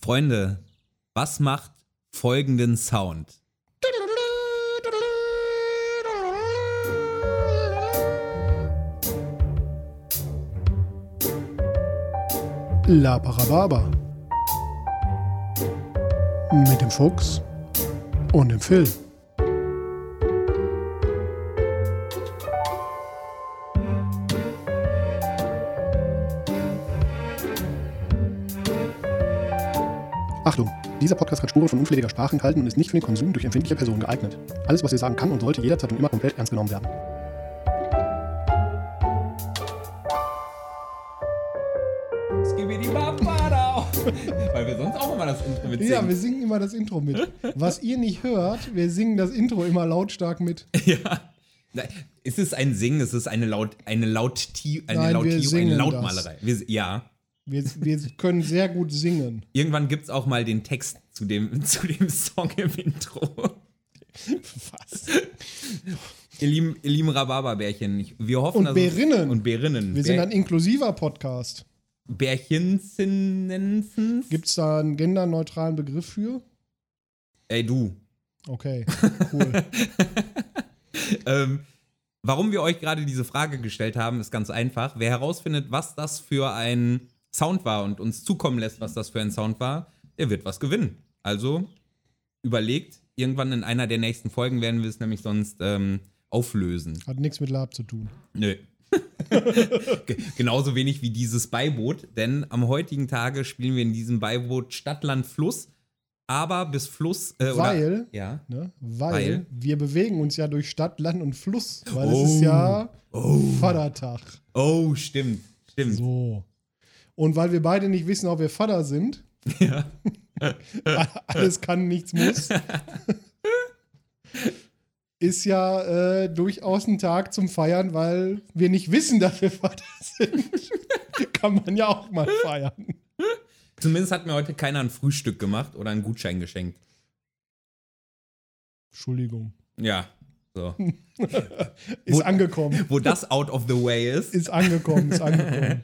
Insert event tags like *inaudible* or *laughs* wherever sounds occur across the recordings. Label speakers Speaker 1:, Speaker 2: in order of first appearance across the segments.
Speaker 1: Freunde, was macht folgenden Sound?
Speaker 2: La Parababa. Mit dem Fuchs und dem Phil. Achtung, dieser Podcast kann Spuren von unflätiger Sprache enthalten und ist nicht für den Konsum durch empfindliche Personen geeignet. Alles, was wir sagen, kann und sollte jederzeit und immer komplett ernst genommen werden.
Speaker 1: Skibidi-babadau. *laughs* Weil wir sonst auch immer das Intro mit
Speaker 3: Ja, wir
Speaker 1: singen.
Speaker 3: singen immer das Intro mit. Was ihr nicht hört, wir singen das Intro immer lautstark mit.
Speaker 1: Ja. Nein, Ist es ein Singen? Ist es eine laut, eine laut, eine,
Speaker 3: Nein, wir
Speaker 1: Lautierung, eine
Speaker 3: singen
Speaker 1: Lautmalerei? Wir, ja.
Speaker 3: Wir, wir können sehr gut singen.
Speaker 1: Irgendwann gibt es auch mal den Text zu dem, *laughs* zu dem Song im Intro.
Speaker 3: Was?
Speaker 1: Ihr lieben, ihr lieben Rhabarberbärchen, ich- wir hoffen,
Speaker 3: Und
Speaker 1: dass Es,
Speaker 3: Bärinnen.
Speaker 1: und Bärinnen.
Speaker 3: Wir sind ein inklusiver Podcast.
Speaker 1: Bärchensinnensens.
Speaker 3: Gibt es da einen genderneutralen Begriff für?
Speaker 1: Ey, du.
Speaker 3: Okay, cool.
Speaker 1: Ähm, warum wir euch gerade diese Frage gestellt haben, ist ganz einfach. Wer herausfindet, was das für ein Sound war und uns zukommen lässt, was das für ein Sound war, der wird was gewinnen. Also überlegt, irgendwann in einer der nächsten Folgen werden wir es nämlich sonst ähm, auflösen.
Speaker 3: Hat nichts mit Lab zu tun.
Speaker 1: Nö. *laughs* Ge- Genauso wenig wie dieses Beiboot, denn am heutigen Tage spielen wir in diesem Beiboot Stadt, Land, Fluss, aber bis Fluss. Äh,
Speaker 3: Weil-
Speaker 1: Oder, ja.
Speaker 3: Ne?
Speaker 1: Weil?
Speaker 3: Weil, wir bewegen uns ja durch Stadt, Land und Fluss. Weil
Speaker 1: Oh.
Speaker 3: es ist ja Vatertag.
Speaker 1: Oh, stimmt. Stimmt.
Speaker 3: So. Und weil wir beide nicht wissen, ob wir Vater sind,
Speaker 1: Ja.
Speaker 3: *laughs* alles kann, nichts
Speaker 1: *laughs*
Speaker 3: muss, ist ja äh, durchaus ein Tag zum Feiern, weil wir nicht wissen, dass wir Vater *laughs* sind. kann man ja auch mal feiern.
Speaker 1: Zumindest hat mir heute keiner ein Frühstück gemacht oder einen Gutschein geschenkt.
Speaker 3: Entschuldigung.
Speaker 1: Ja. So.
Speaker 3: Ist
Speaker 1: Wo-
Speaker 3: angekommen.
Speaker 1: Wo das out of the way ist.
Speaker 3: Ist angekommen,
Speaker 1: *laughs*
Speaker 3: ist angekommen.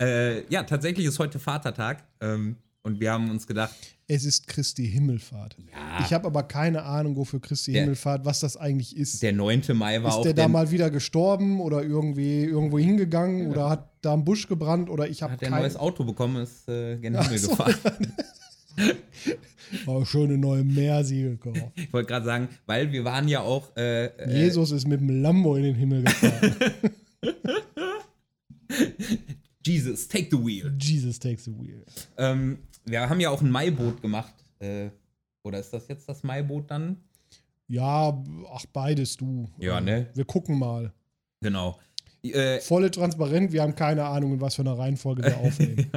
Speaker 1: Äh, ja, tatsächlich ist heute Vatertag. Ähm, und wir haben uns gedacht,
Speaker 3: Es ist Christi Himmelfahrt. Ich habe aber keine Ahnung, wofür Christi
Speaker 1: Der-
Speaker 3: Himmelfahrt, was das eigentlich ist.
Speaker 1: der 9. Mai war
Speaker 3: Ist
Speaker 1: auch
Speaker 3: der da mal wieder gestorben oder irgendwie irgendwo hingegangen oder hat da einen Busch gebrannt oder ich habe
Speaker 1: hat der ein
Speaker 3: keine
Speaker 1: neues Auto bekommen, ist äh, gen Himmel
Speaker 3: so.
Speaker 1: gefahren.
Speaker 3: oh, schöne neue Meersiegel gekauft.
Speaker 1: Ich wollte gerade sagen, weil wir waren ja auch äh, äh,
Speaker 3: Jesus ist mit dem Lambo in den Himmel gefahren. *laughs*
Speaker 1: Jesus, take the wheel.
Speaker 3: Jesus takes the wheel.
Speaker 1: Ähm, wir haben ja auch ein Maiboot gemacht. Äh, oder ist das jetzt das Maiboot dann?
Speaker 3: Ja, ach beides du.
Speaker 1: Ja,
Speaker 3: Ähm,
Speaker 1: ne?
Speaker 3: Wir gucken mal.
Speaker 1: Genau. Äh,
Speaker 3: Volle Transparent, wir haben keine Ahnung, in was für einer
Speaker 1: *laughs*
Speaker 3: Reihenfolge wir aufnehmen.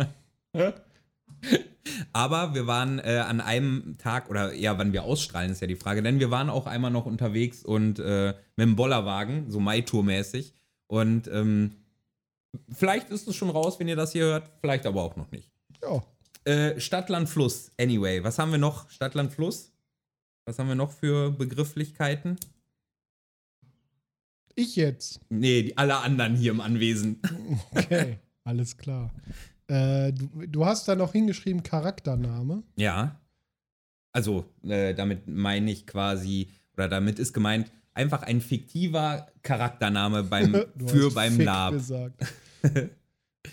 Speaker 1: Aber wir waren äh, an einem Tag, oder ja, wann wir ausstrahlen, ist ja die Frage, denn wir waren auch einmal noch unterwegs und äh, mit dem Bollerwagen, so Mai-Tour-mäßig. Und ähm, vielleicht ist es schon raus, wenn ihr das hier hört, vielleicht aber auch noch nicht.
Speaker 3: ja.
Speaker 1: Äh, Stadtland Fluss, anyway. Was haben wir noch? Stadtland Fluss? Was haben wir noch für Begrifflichkeiten?
Speaker 3: Ich jetzt.
Speaker 1: Nee, die, alle anderen hier im Anwesen.
Speaker 3: Okay, alles klar. Äh, du, du hast da noch hingeschrieben Charaktername.
Speaker 1: Ja. Also, äh, damit meine ich quasi, oder damit ist gemeint, einfach ein fiktiver Charaktername
Speaker 3: *laughs*
Speaker 1: beim,
Speaker 3: Du
Speaker 1: Hm, für
Speaker 3: hast
Speaker 1: beim
Speaker 3: Fick
Speaker 1: Lab.
Speaker 3: gesagt.
Speaker 1: *laughs*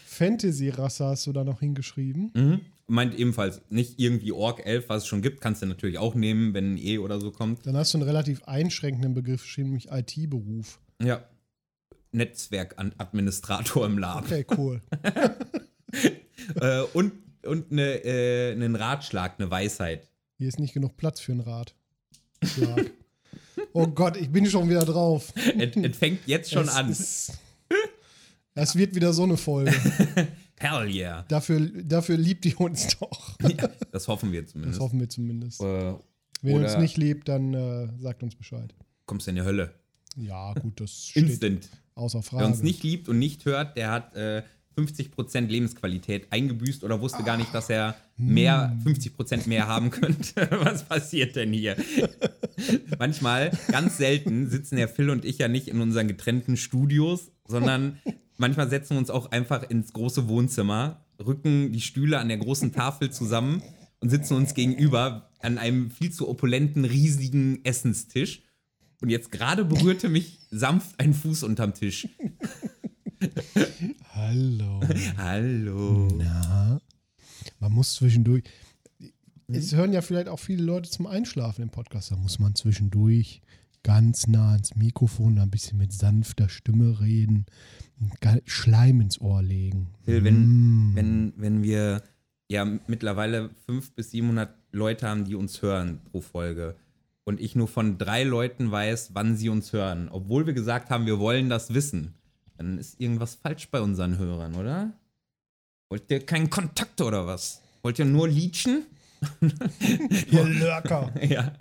Speaker 3: Fantasy-Rasse hast du da noch hingeschrieben.
Speaker 1: Mhm. Meint ebenfalls nicht irgendwie Orc, Elf, was es schon gibt, kannst du natürlich auch nehmen, wenn ein E oder so kommt.
Speaker 3: Dann hast du einen relativ einschränkenden Begriff geschrieben, nämlich IT-Beruf.
Speaker 1: Ja. Netzwerkadministrator im Lab.
Speaker 3: Okay,
Speaker 1: *laughs*
Speaker 3: cool.
Speaker 1: äh, und und ne, äh, einen Ratschlag, eine Weisheit.
Speaker 3: Hier ist nicht genug Platz für ein Rad. Schlag. Oh Gott, ich bin schon wieder drauf. *laughs*
Speaker 1: Es es fängt jetzt schon
Speaker 3: Es
Speaker 1: an.
Speaker 3: ist- Das wird wieder so eine Folge.
Speaker 1: Hell
Speaker 3: *laughs*
Speaker 1: yeah.
Speaker 3: Dafür, dafür liebt ihr uns doch.
Speaker 1: ja. Das hoffen wir zumindest.
Speaker 3: Das hoffen wir zumindest.
Speaker 1: äh,
Speaker 3: Wenn ihr uns
Speaker 1: oder
Speaker 3: nicht liebt, dann äh, sagt uns Bescheid.
Speaker 1: kommst du in die Hölle.
Speaker 3: Ja, gut, das steht
Speaker 1: Instant.
Speaker 3: außer Frage.
Speaker 1: Wer uns nicht liebt und nicht hört, der hat äh, 50% Lebensqualität eingebüßt oder wusste gar nicht, dass er mehr, 50% mehr haben könnte. *laughs* Was passiert denn hier? Manchmal, ganz selten, sitzen ja Phil und ich ja nicht in unseren getrennten Studios, sondern manchmal setzen wir uns auch einfach ins große Wohnzimmer rücken die Stühle an der großen Tafel zusammen und sitzen uns gegenüber an einem viel zu opulenten, riesigen Essenstisch. Und jetzt gerade berührte mich sanft ein Fuß unterm Tisch.
Speaker 2: Hallo.
Speaker 1: Hallo.
Speaker 2: Na, man muss zwischendurch. Es hören ja vielleicht auch viele Leute zum Einschlafen im Podcast. Da muss man zwischendurch ganz nah ans Mikrofon, ein bisschen mit sanfter Stimme reden, ge- Schleim ins Ohr legen.
Speaker 1: Phil, wenn,
Speaker 2: Mm.
Speaker 1: wenn, wenn wir ja mittlerweile 500 bis 700 Leute haben, die uns hören pro Folge und ich nur von drei Leuten weiß, wann sie uns hören, obwohl wir gesagt haben, wir wollen das wissen, dann ist irgendwas falsch bei unseren Hörern, oder? Wollt ihr keinen Kontakt oder was? Wollt ihr nur Liedchen?
Speaker 2: Ihr Lurker.
Speaker 1: *laughs* ja.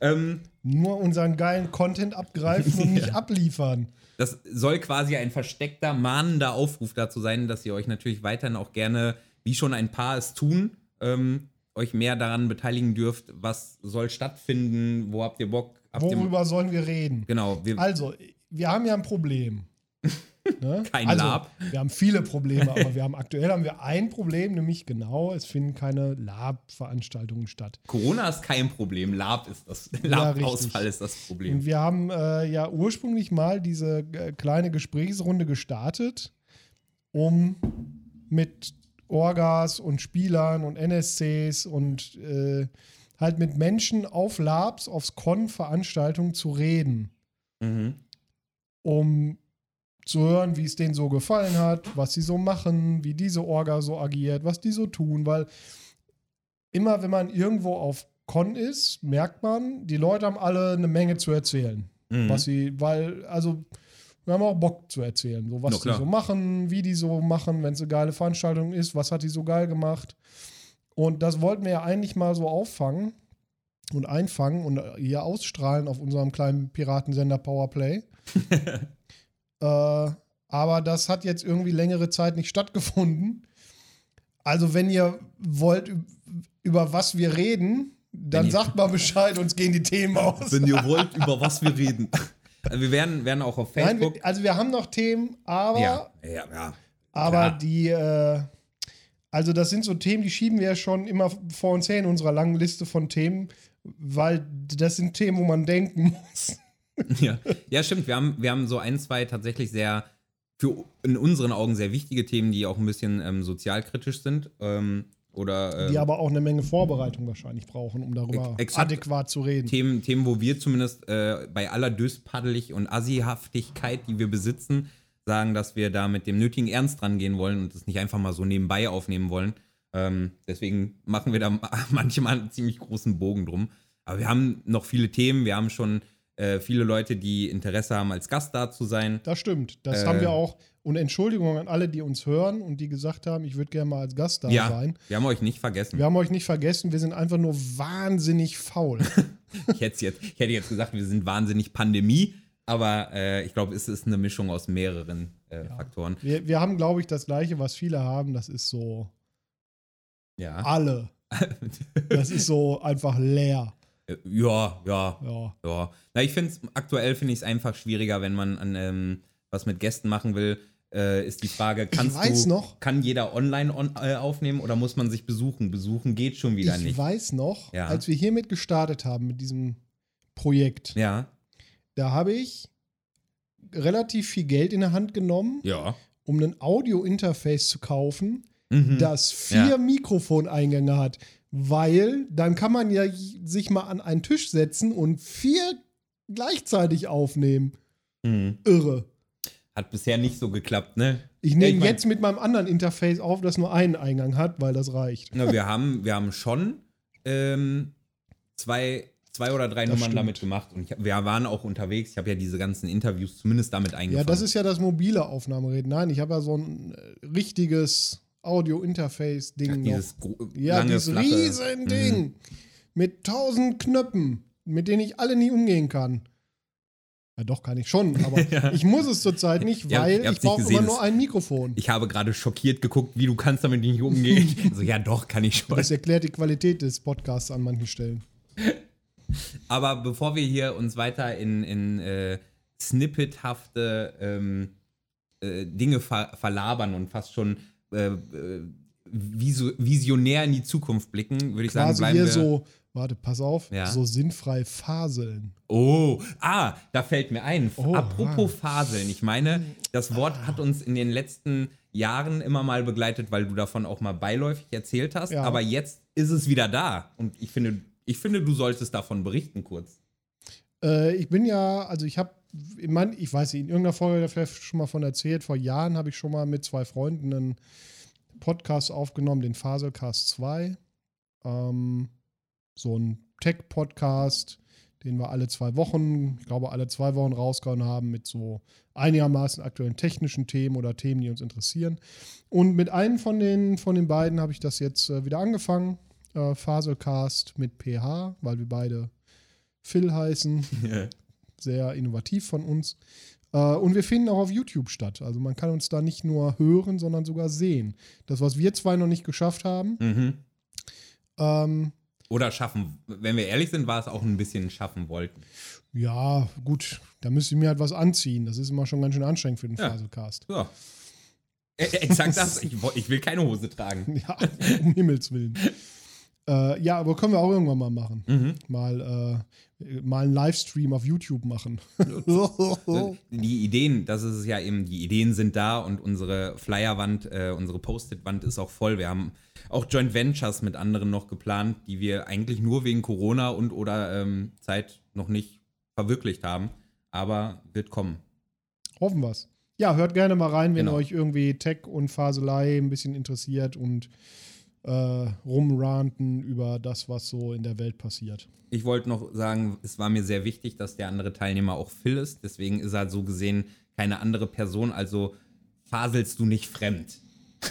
Speaker 1: Ähm,
Speaker 2: Nur unseren geilen Content abgreifen und nicht abliefern.
Speaker 1: Das soll quasi ein versteckter, mahnender Aufruf dazu sein, dass ihr euch natürlich weiterhin auch gerne, wie schon ein paar es tun, ähm, euch mehr daran beteiligen dürft, was soll stattfinden, wo habt ihr Bock? Habt ihr,
Speaker 2: Worüber sollen wir reden?
Speaker 1: genau, wir,
Speaker 2: Also, wir haben ja ein Problem. Ne?
Speaker 1: Kein
Speaker 2: also,
Speaker 1: Lab.
Speaker 2: Wir haben viele Probleme, aber wir haben aktuell haben wir ein Problem, nämlich genau, es finden keine Lab-Veranstaltungen statt.
Speaker 1: Corona ist kein Problem, Lab ist das,
Speaker 2: richtig.
Speaker 1: Lab-Ausfall ist das
Speaker 2: Und
Speaker 1: Problem.
Speaker 2: wir haben äh, ja ursprünglich mal diese äh, kleine Gesprächsrunde gestartet, um mit Orgas und Spielern und NSCs und äh, halt mit Menschen auf Labs, aufs Con-Veranstaltungen zu reden.
Speaker 1: Mhm.
Speaker 2: um zu hören, wie es denen so gefallen hat, was sie so machen, wie diese Orga so agiert, was die so tun, weil immer wenn man irgendwo auf Con ist, merkt man, die Leute haben alle eine Menge zu erzählen,
Speaker 1: Mhm.
Speaker 2: was sie, weil, also wir haben auch Bock zu erzählen, so
Speaker 1: Na
Speaker 2: was die
Speaker 1: klar.
Speaker 2: so machen, wie die so machen, wenn es eine geile Veranstaltung ist, was hat die so geil gemacht. Und das wollten wir ja eigentlich mal so auffangen und einfangen und äh, hier ausstrahlen auf unserem kleinen Piratensender Powerplay.
Speaker 1: *laughs*
Speaker 2: Äh, aber das hat jetzt irgendwie längere Zeit nicht stattgefunden. Also, wenn ihr wollt, üb- über was wir reden,
Speaker 1: Wenn
Speaker 2: dann
Speaker 1: ihr-
Speaker 2: sagt mal Bescheid, uns gehen
Speaker 1: *laughs*
Speaker 2: die Themen aus.
Speaker 1: Wenn ihr wollt, über was wir reden. Also Wir werden, werden auch auf
Speaker 2: Nein,
Speaker 1: Facebook.
Speaker 2: wir, also wir haben noch Themen, aber,
Speaker 1: ja, ja, ja.
Speaker 2: aber
Speaker 1: klar.
Speaker 2: die, äh, also das sind so Themen, die schieben wir ja schon immer vor uns her in unserer langen Liste von Themen, weil das sind Themen, wo man denken *laughs* muss.
Speaker 1: *laughs* Ja, ja stimmt. Wir haben, wir haben so ein, zwei tatsächlich sehr, für in unseren Augen sehr wichtige Themen, die auch ein bisschen ähm, sozialkritisch sind. Ähm, oder
Speaker 2: Die
Speaker 1: ähm,
Speaker 2: aber auch eine Menge Vorbereitung wahrscheinlich brauchen, um darüber
Speaker 1: Ex- exakt.
Speaker 2: adäquat zu reden.
Speaker 1: Themen, Themen, wo wir zumindest äh, bei aller Döspaddelig und Assihaftigkeit, die wir besitzen, sagen, dass wir da mit dem nötigen Ernst rangehen wollen und es nicht einfach mal so nebenbei aufnehmen wollen. Ähm, deswegen machen wir da ma- *laughs* manchmal einen ziemlich großen Bogen drum. Aber wir haben noch viele Themen. Wir haben schon äh, viele Leute, die Interesse haben, als Gast da zu sein.
Speaker 2: Das stimmt. Das
Speaker 1: Äh.
Speaker 2: haben wir auch. Und Entschuldigung an alle, die uns hören und die gesagt haben, ich würde gerne mal als Gast da
Speaker 1: ja,
Speaker 2: sein.
Speaker 1: wir haben euch nicht vergessen.
Speaker 2: Wir haben euch nicht vergessen, wir sind einfach nur wahnsinnig faul.
Speaker 1: *laughs* Ich hätte, jetzt, ich hätte jetzt gesagt, wir sind wahnsinnig Pandemie, aber äh, ich glaube, es ist eine Mischung aus mehreren äh, Faktoren.
Speaker 2: Wir, wir haben, glaube ich, das Gleiche, was viele haben. Das ist so
Speaker 1: Ja.
Speaker 2: alle. Das ist so einfach leer.
Speaker 1: Äh, *laughs* ja, ja,
Speaker 2: Ja.
Speaker 1: ja. Na, ich finde es aktuell finde ich es einfach schwieriger, wenn man an, ähm, was mit Gästen machen will. Äh, ist die Frage, kannst
Speaker 2: weiß
Speaker 1: du,
Speaker 2: noch-
Speaker 1: kann jeder online on, äh, aufnehmen oder muss man sich besuchen? Besuchen geht schon wieder
Speaker 2: Ich
Speaker 1: nicht.
Speaker 2: weiß noch,
Speaker 1: Ja.
Speaker 2: als wir hiermit gestartet haben mit diesem Projekt,
Speaker 1: Ja,
Speaker 2: da habe ich relativ viel Geld in der Hand genommen,
Speaker 1: ja.
Speaker 2: um ein Audio-Interface zu kaufen,
Speaker 1: Mhm.
Speaker 2: das vier
Speaker 1: Ja.
Speaker 2: Mikrofoneingänge hat. Weil dann kann man ja j- sich mal an einen Tisch setzen und vier gleichzeitig aufnehmen.
Speaker 1: Mhm.
Speaker 2: Irre.
Speaker 1: Hat bisher nicht so geklappt, ne?
Speaker 2: Ich nehme
Speaker 1: Ich mein-
Speaker 2: jetzt mit meinem anderen Interface auf, das nur einen Eingang hat, weil das reicht.
Speaker 1: Na, wir haben, wir haben schon ähm, zwei, zwei oder drei
Speaker 2: Das
Speaker 1: Nummern
Speaker 2: stimmt.
Speaker 1: damit gemacht. Und ich, hab- wir waren auch unterwegs. Ich habe ja diese ganzen Interviews zumindest damit eingefangen.
Speaker 2: Ja, das ist ja das mobile Aufnahmegerät. Nein, ich habe ja so ein äh, richtiges Audio-Interface-Ding noch.
Speaker 1: dieses gro-
Speaker 2: Ja,
Speaker 1: lange,
Speaker 2: dieses
Speaker 1: flache- Mhm.
Speaker 2: riesen Ding mit tausend Knöpfen, mit denen ich alle nie umgehen kann. Ja, doch kann ich schon,
Speaker 1: *laughs*
Speaker 2: aber ich muss es zurzeit nicht,
Speaker 1: Ja,
Speaker 2: weil
Speaker 1: ihr habt's
Speaker 2: ich brauche
Speaker 1: nicht
Speaker 2: immer
Speaker 1: gesehen,
Speaker 2: nur
Speaker 1: es-
Speaker 2: ein Mikrofon.
Speaker 1: Ich habe gerade schockiert geguckt, wie du kannst damit nicht
Speaker 2: *laughs*
Speaker 1: umgehen. also ja, doch, kann ich schon.
Speaker 2: Das erklärt die Qualität des Podcasts an manchen Stellen.
Speaker 1: Aber bevor wir hier uns weiter in, in äh, snippethafte ähm, äh, Dinge ver verlabern und fast schon äh, äh, visu visionär in die Zukunft blicken, würde ich sagen,
Speaker 2: Quasi
Speaker 1: bleiben
Speaker 2: hier
Speaker 1: wir.
Speaker 2: so, warte, pass auf,
Speaker 1: Ja.
Speaker 2: so sinnfrei faseln.
Speaker 1: Oh, ah, da fällt mir ein.
Speaker 2: Oh, Ah.
Speaker 1: Apropos Faseln. Ich meine, das Wort hat uns in den letzten Jahren immer mal begleitet, weil du davon auch mal beiläufig erzählt hast.
Speaker 2: Ja.
Speaker 1: Aber jetzt ist es wieder da. Und ich finde, ich finde, du solltest davon berichten kurz.
Speaker 2: Äh, ich bin ja, also ich habe, ich, mein, ich weiß nicht, in irgendeiner Folge hab ich vielleicht schon mal von erzählt, vor Jahren habe ich schon mal mit zwei Freunden einen Podcast aufgenommen, den Faselcast 2. Ähm, so ein Tech-Podcast, den wir alle zwei Wochen, ich glaube, alle zwei Wochen rausgehauen haben mit so einigermaßen aktuellen technischen Themen oder Themen, die uns interessieren. Und mit einem von den, von den beiden habe ich das jetzt äh, wieder angefangen. Äh, Faselcast mit PH, weil wir beide Phil heißen. Sehr innovativ von uns. Äh, und wir finden auch auf YouTube statt. Also man kann uns da nicht nur hören, sondern sogar sehen. Das, was wir zwei noch nicht geschafft haben.
Speaker 1: mhm.
Speaker 2: Ähm,
Speaker 1: Oder schaffen, wenn wir ehrlich sind, war es auch ein bisschen schaffen wollten.
Speaker 2: Ja, gut, da müsste ich mir halt was anziehen. Das ist immer schon ganz schön anstrengend für den
Speaker 1: Ja.
Speaker 2: Faselcast. *laughs*
Speaker 1: So. Ä- ä- Exakt das. Ich, wo- ich will keine Hose tragen.
Speaker 2: Ja, um Himmels Willen. äh, ja, aber können wir auch irgendwann mal machen.
Speaker 1: Mhm.
Speaker 2: Mal, äh, mal einen Livestream auf YouTube machen.
Speaker 1: Also, Die Ideen, das ist es ja eben, die Ideen sind da und unsere Flyerwand, äh, unsere Post-it-Wand ist auch voll. Wir haben auch Joint Ventures mit anderen noch geplant, die wir eigentlich nur wegen Corona und oder ähm, Zeit noch nicht verwirklicht haben. Aber wird kommen.
Speaker 2: Hoffen wir's. Ja, hört gerne mal rein, wenn
Speaker 1: Genau.
Speaker 2: euch irgendwie Tech und Faselei ein bisschen interessiert und äh, rumranten über das, was so in der Welt passiert.
Speaker 1: Ich wollte noch sagen, es war mir sehr wichtig, dass der andere Teilnehmer auch Phil ist. Deswegen ist er so gesehen keine andere Person. Also faselst du nicht fremd.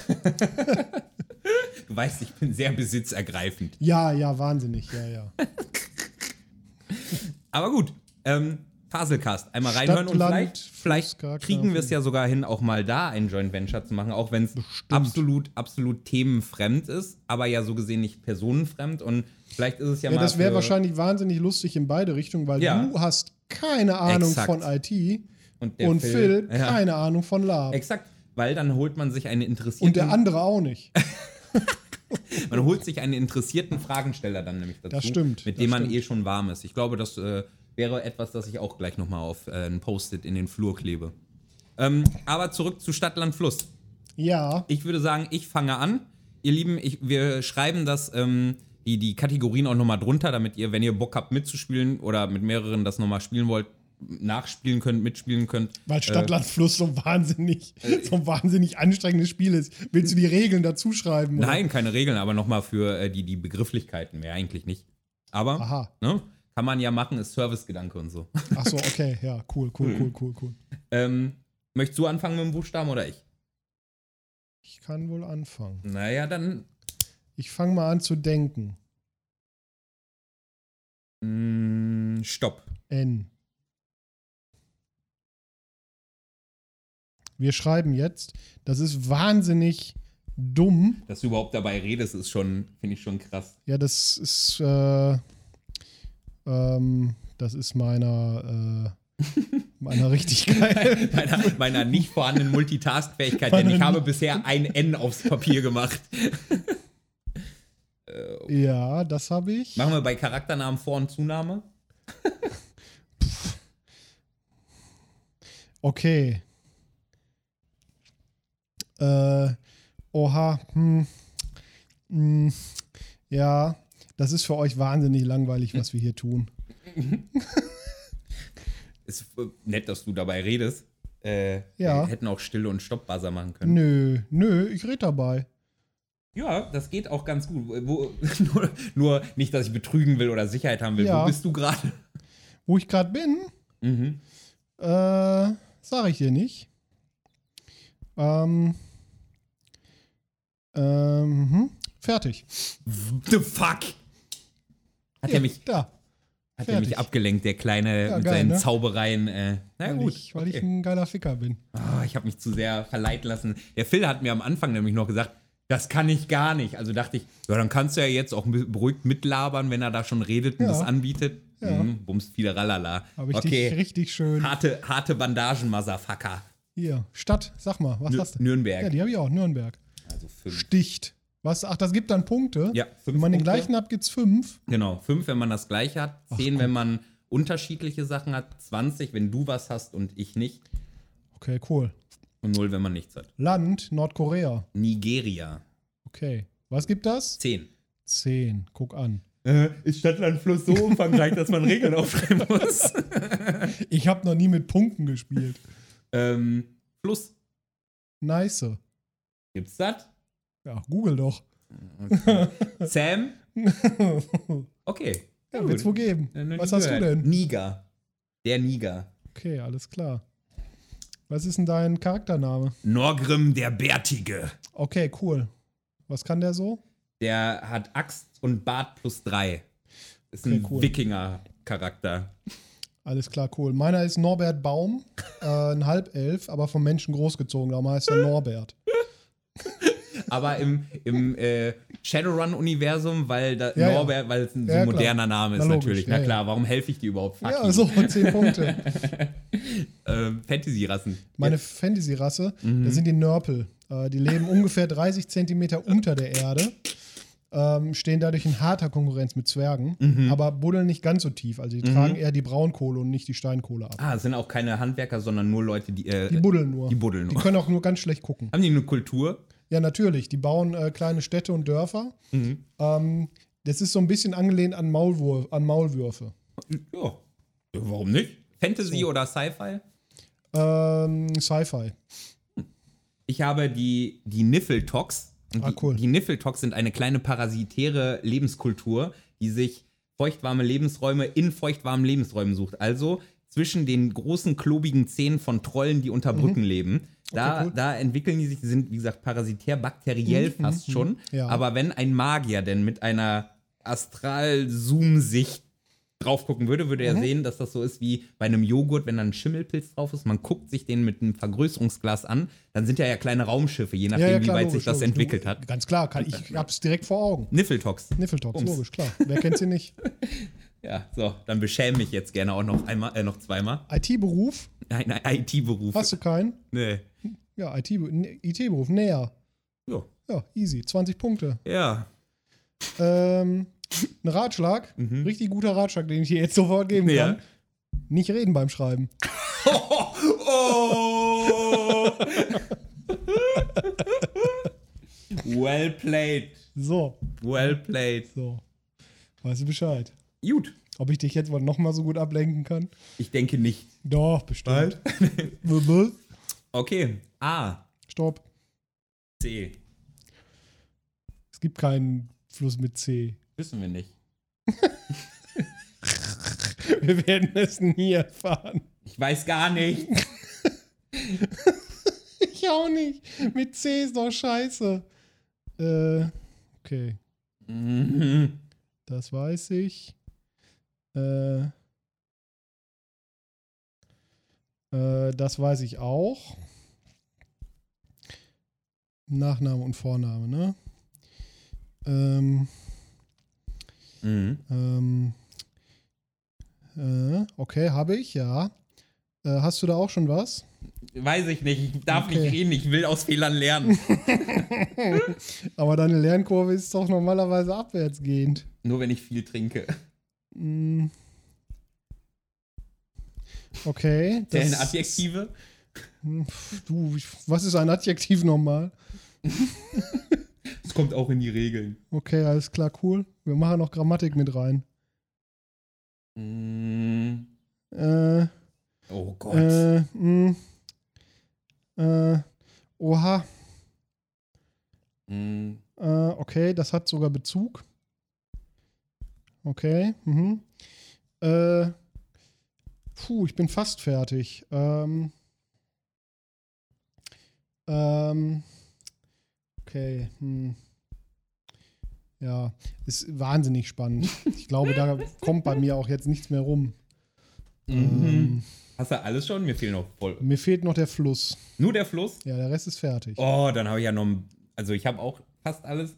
Speaker 1: *laughs* du weißt, ich bin sehr besitzergreifend.
Speaker 2: Ja, ja, wahnsinnig, ja, ja.
Speaker 1: *laughs* Aber gut, ähm, Faselcast, einmal reinhören und
Speaker 2: Stadt,
Speaker 1: vielleicht,
Speaker 2: Land, Fußgänger,
Speaker 1: vielleicht kriegen wir es ja sogar hin, auch mal da ein Joint Venture zu machen, auch wenn es absolut, absolut themenfremd ist, aber ja so gesehen nicht personenfremd. Und vielleicht ist es ja,
Speaker 2: Ja,
Speaker 1: mal.
Speaker 2: das wäre
Speaker 1: für-
Speaker 2: wahrscheinlich wahnsinnig lustig in beide Richtungen, weil
Speaker 1: Ja.
Speaker 2: du hast keine Ahnung
Speaker 1: Exakt.
Speaker 2: von IT
Speaker 1: Und, der
Speaker 2: und Phil,
Speaker 1: ja.
Speaker 2: keine Ahnung von Lab.
Speaker 1: Exakt, weil dann holt man sich einen interessierten.
Speaker 2: Und der andere auch nicht.
Speaker 1: *laughs* Man holt sich einen interessierten Fragensteller dann nämlich dazu.
Speaker 2: Das stimmt,
Speaker 1: Mit
Speaker 2: das
Speaker 1: dem man
Speaker 2: stimmt.
Speaker 1: eh schon warm ist. Ich glaube, das äh, wäre etwas, das ich auch gleich nochmal auf äh, ein Post-it in den Flur klebe. Ähm, aber zurück zu Stadtland Fluss.
Speaker 2: Ja,
Speaker 1: Ich würde sagen, ich fange an. Ihr Lieben, ich, wir schreiben das, ähm, die, die Kategorien auch nochmal drunter, damit ihr, wenn ihr Bock habt mitzuspielen oder mit mehreren das nochmal spielen wollt, nachspielen könnt, mitspielen könnt.
Speaker 2: weil Stadt, Land, Fluss so wahnsinnig,
Speaker 1: Äh.
Speaker 2: so ein wahnsinnig anstrengendes Spiel ist. Willst du die Regeln dazu schreiben? oder?
Speaker 1: Nein, keine Regeln, aber nochmal für äh, die, die Begrifflichkeiten. Mehr eigentlich nicht. Aber
Speaker 2: Aha.
Speaker 1: ne, kann man ja machen, ist Servicegedanke und so.
Speaker 2: Ach so, okay, ja, cool, cool, cool, cool, cool.
Speaker 1: Ähm, möchtest du anfangen mit dem Buchstaben oder ich?
Speaker 2: Ich kann wohl anfangen.
Speaker 1: Naja, dann.
Speaker 2: Ich fange mal an zu denken.
Speaker 1: Mh, Mm, stopp.
Speaker 2: N. Wir schreiben jetzt, das ist wahnsinnig dumm.
Speaker 1: Dass du überhaupt dabei redest, ist schon, finde ich schon krass.
Speaker 2: Ja, das ist, äh, ähm, das ist meiner, äh, meiner Richtigkeit.
Speaker 1: meiner, meiner nicht vorhandenen Multitask-Fähigkeit, denn ich habe bisher ein N aufs Papier gemacht.
Speaker 2: ja, das habe ich.
Speaker 1: Machen wir bei Charakternamen Vor- und Zunahme?
Speaker 2: Okay. Äh, oha, hm, hm, ja, das ist für euch wahnsinnig langweilig, was wir hier tun.
Speaker 1: Ist äh, nett, dass du dabei redest. Äh,
Speaker 2: Ja.
Speaker 1: Wir hätten auch Stille und Stoppbuzzer machen können.
Speaker 2: Nö, nö, ich rede dabei.
Speaker 1: Ja, das geht auch ganz gut. Wo, *laughs* nur, nur nicht, dass ich betrügen will oder Sicherheit haben will.
Speaker 2: Ja.
Speaker 1: Wo bist du gerade?
Speaker 2: Wo ich gerade bin,
Speaker 1: Mhm.
Speaker 2: Äh, sag ich dir nicht. Ähm, ähm, hm, fertig.
Speaker 1: The fuck? Hat er mich,
Speaker 2: Da.
Speaker 1: hat er mich
Speaker 2: fertig.
Speaker 1: abgelenkt, der Kleine
Speaker 2: Ja,
Speaker 1: mit
Speaker 2: geil,
Speaker 1: seinen
Speaker 2: ne?
Speaker 1: Zaubereien. Äh, na
Speaker 2: Weil,
Speaker 1: gut.
Speaker 2: ich, weil ich
Speaker 1: okay.
Speaker 2: ein geiler Ficker bin.
Speaker 1: Ah, ich habe mich zu sehr verleiten lassen. Der Phil hat mir am Anfang nämlich noch gesagt, das kann ich gar nicht. Also dachte ich, ja, dann kannst du ja jetzt auch ein bisschen beruhigt mitlabern, wenn er da schon redet und
Speaker 2: Ja.
Speaker 1: das anbietet. Mhm, bums, viele Ralala.
Speaker 2: Habe ich dich
Speaker 1: okay,
Speaker 2: richtig schön.
Speaker 1: harte, harte Bandagen, Motherfucker.
Speaker 2: Hier. Stadt, sag mal, was
Speaker 1: Nü-
Speaker 2: hast du?
Speaker 1: Nürnberg.
Speaker 2: Ja, die habe ich auch. Nürnberg.
Speaker 1: Also fünf.
Speaker 2: Sticht. Was? Ach, das gibt dann Punkte.
Speaker 1: Ja, fünf
Speaker 2: Wenn man den
Speaker 1: Punkte.
Speaker 2: gleichen hat, gibt's fünf.
Speaker 1: Genau, fünf, wenn man das gleiche hat, zehn, wenn man unterschiedliche Sachen hat, 20, wenn du was hast und ich nicht
Speaker 2: Okay, cool.
Speaker 1: und null, wenn man nichts hat.
Speaker 2: Land, Nordkorea.
Speaker 1: Nigeria,
Speaker 2: Okay. Was gibt das?
Speaker 1: zehn.
Speaker 2: Zehn. Guck an.
Speaker 1: Äh, ist Stadtlandfluss so umfangreich, dass man Regeln aufschreiben *laughs* muss?
Speaker 2: Ich habe noch nie mit Punkten gespielt. *laughs*
Speaker 1: ähm, Fluss,
Speaker 2: Nice.
Speaker 1: gibt's
Speaker 2: *laughs*
Speaker 1: das?
Speaker 2: Ja, google doch. *laughs*
Speaker 1: Sam?
Speaker 2: ja,
Speaker 1: Okay.
Speaker 2: wird's wohl geben. Was hast du denn?
Speaker 1: Niger. Der Niger.
Speaker 2: Okay, alles klar. Was ist denn dein Charaktername?
Speaker 1: Norgrim der Bärtige.
Speaker 2: Okay, cool. Was kann der so?
Speaker 1: Der hat Axt und Bart plus drei. Ist
Speaker 2: Okay,
Speaker 1: ein
Speaker 2: cool.
Speaker 1: Wikinger-Charakter.
Speaker 2: Alles klar, cool. Meiner ist Norbert Baum, *laughs* äh, ein Halbelf, aber vom Menschen großgezogen. Darum
Speaker 1: *laughs*
Speaker 2: heißt er Norbert.
Speaker 1: Aber im, im äh, Shadowrun-Universum, weil da
Speaker 2: Ja, ja.
Speaker 1: Norbert, weil es ein so
Speaker 2: Ja, klar.
Speaker 1: moderner Name ist
Speaker 2: Na, logisch.
Speaker 1: natürlich.
Speaker 2: Ja,
Speaker 1: Na
Speaker 2: ja.
Speaker 1: klar, warum helfe ich dir überhaupt? Fuck
Speaker 2: Ja, also-
Speaker 1: you.
Speaker 2: so, zehn Punkte.
Speaker 1: *laughs* Ähm, Fantasy-Rassen.
Speaker 2: Meine Fantasy-Rasse,
Speaker 1: Mhm.
Speaker 2: das sind die Nörpel. Äh, die leben ungefähr 30 Zentimeter unter der Erde, ähm, stehen dadurch in harter Konkurrenz mit Zwergen,
Speaker 1: Mhm.
Speaker 2: aber buddeln nicht ganz so tief. Also die tragen eher die Braunkohle und nicht die Steinkohle ab.
Speaker 1: Ah, es sind auch keine Handwerker, sondern nur Leute, die. Äh,
Speaker 2: Die buddeln nur.
Speaker 1: die buddeln
Speaker 2: Die
Speaker 1: nur.
Speaker 2: können auch nur ganz schlecht gucken.
Speaker 1: haben die eine Kultur?
Speaker 2: Ja, natürlich. Die bauen äh, kleine Städte und Dörfer.
Speaker 1: Mhm.
Speaker 2: Ähm, das ist so ein bisschen angelehnt an, Maulwurf, an Maulwürfe.
Speaker 1: Ja. ja. Warum nicht? Fantasy oder Sci-Fi?
Speaker 2: Ähm, Sci-Fi.
Speaker 1: Ich habe die, die Niffeltox. Und
Speaker 2: Ah,
Speaker 1: die,
Speaker 2: cool.
Speaker 1: die Niffeltox sind eine kleine parasitäre Lebenskultur, die sich feuchtwarme Lebensräume in feuchtwarmen Lebensräumen sucht. Also zwischen den großen, klobigen Zähnen von Trollen, die unter Brücken leben. Da,
Speaker 2: Mhm. cool. Mhm,
Speaker 1: da entwickeln die sich, die sind, wie gesagt, parasitär, bakteriell fast schon.
Speaker 2: Ja.
Speaker 1: Aber wenn ein Magier denn mit einer Astral-Zoom-Sicht drauf gucken würde, würde
Speaker 2: Mhm.
Speaker 1: er sehen, dass das so ist wie bei einem Joghurt, wenn da ein Schimmelpilz drauf ist. Man guckt sich den mit einem Vergrößerungsglas an, dann sind ja ja kleine Raumschiffe, je nachdem, wie
Speaker 2: klar,
Speaker 1: weit
Speaker 2: logisch,
Speaker 1: sich das
Speaker 2: logisch.
Speaker 1: entwickelt
Speaker 2: Du-
Speaker 1: hat.
Speaker 2: Ganz
Speaker 1: *laughs*
Speaker 2: klar, kann, ich hab's direkt vor Augen.
Speaker 1: Niffeltox.
Speaker 2: Niffeltox,
Speaker 1: Bums.
Speaker 2: logisch, klar. Wer kennt sie nicht?
Speaker 1: Ja, so, dann beschäme ich jetzt gerne auch noch einmal, äh, noch zweimal.
Speaker 2: IT-Beruf?
Speaker 1: Ein IT-Beruf.
Speaker 2: Hast du keinen?
Speaker 1: Nee.
Speaker 2: Ja, IT ne- IT-Beruf, näher.
Speaker 1: Ja.
Speaker 2: Ja, easy. 20 Punkte.
Speaker 1: Ja.
Speaker 2: Ähm, ein Ratschlag, richtig guter Ratschlag, den ich dir jetzt sofort geben kann.
Speaker 1: Ja.
Speaker 2: Nicht reden beim Schreiben.
Speaker 1: Oh! *laughs* well played.
Speaker 2: So,
Speaker 1: Well played.
Speaker 2: so. Weißt du Bescheid?
Speaker 1: Gut.
Speaker 2: Ob ich dich jetzt wohl noch mal so gut ablenken kann?
Speaker 1: Ich denke nicht.
Speaker 2: Doch, bestimmt. Bäh, bäh.
Speaker 1: Okay. A.
Speaker 2: *laughs* Stopp.
Speaker 1: C.
Speaker 2: Es gibt keinen Fluss mit C.
Speaker 1: Wissen wir nicht.
Speaker 2: Wir werden es nie erfahren.
Speaker 1: Ich weiß gar nicht.
Speaker 2: Ich auch nicht. Mit C ist doch scheiße. Äh, okay.
Speaker 1: Mhm.
Speaker 2: Das weiß ich. Äh, äh, das weiß ich auch. Nachname und Vorname, ne? Ähm,
Speaker 1: Mhm.
Speaker 2: ähm, äh, okay, habe ich, ja. Äh, hast du da auch schon was?
Speaker 1: Weiß ich nicht. Ich darf
Speaker 2: Okay.
Speaker 1: nicht reden. Ich will aus Fehlern lernen.
Speaker 2: Aber deine Lernkurve ist doch normalerweise abwärtsgehend.
Speaker 1: Nur wenn ich viel trinke.
Speaker 2: Mm. Okay. das-
Speaker 1: Zählen Adjektive?
Speaker 2: Hm, pf, Du, ich- was ist ein Adjektiv nochmal?
Speaker 1: Es kommt auch in die Regeln.
Speaker 2: Okay, alles klar, cool. Wir machen noch Grammatik mit rein.
Speaker 1: Mhm.
Speaker 2: Äh,
Speaker 1: Oh Gott.
Speaker 2: äh, mm, äh, oha,
Speaker 1: Mhm.
Speaker 2: äh, okay, das hat sogar Bezug. Okay, mhm. Äh, puh, ich bin fast fertig. Ähm, ähm, okay, hm. Ja, ist wahnsinnig spannend. Ich glaube, da kommt bei mir auch jetzt nichts mehr rum.
Speaker 1: Mhm. Hast du alles schon? Mir fehlen noch voll.
Speaker 2: Mir fehlt noch der Fluss.
Speaker 1: Nur der Fluss?
Speaker 2: Ja, der Rest ist fertig.
Speaker 1: Oh, dann habe ich ja noch. ein- Also, ich habe auch fast alles. Mm,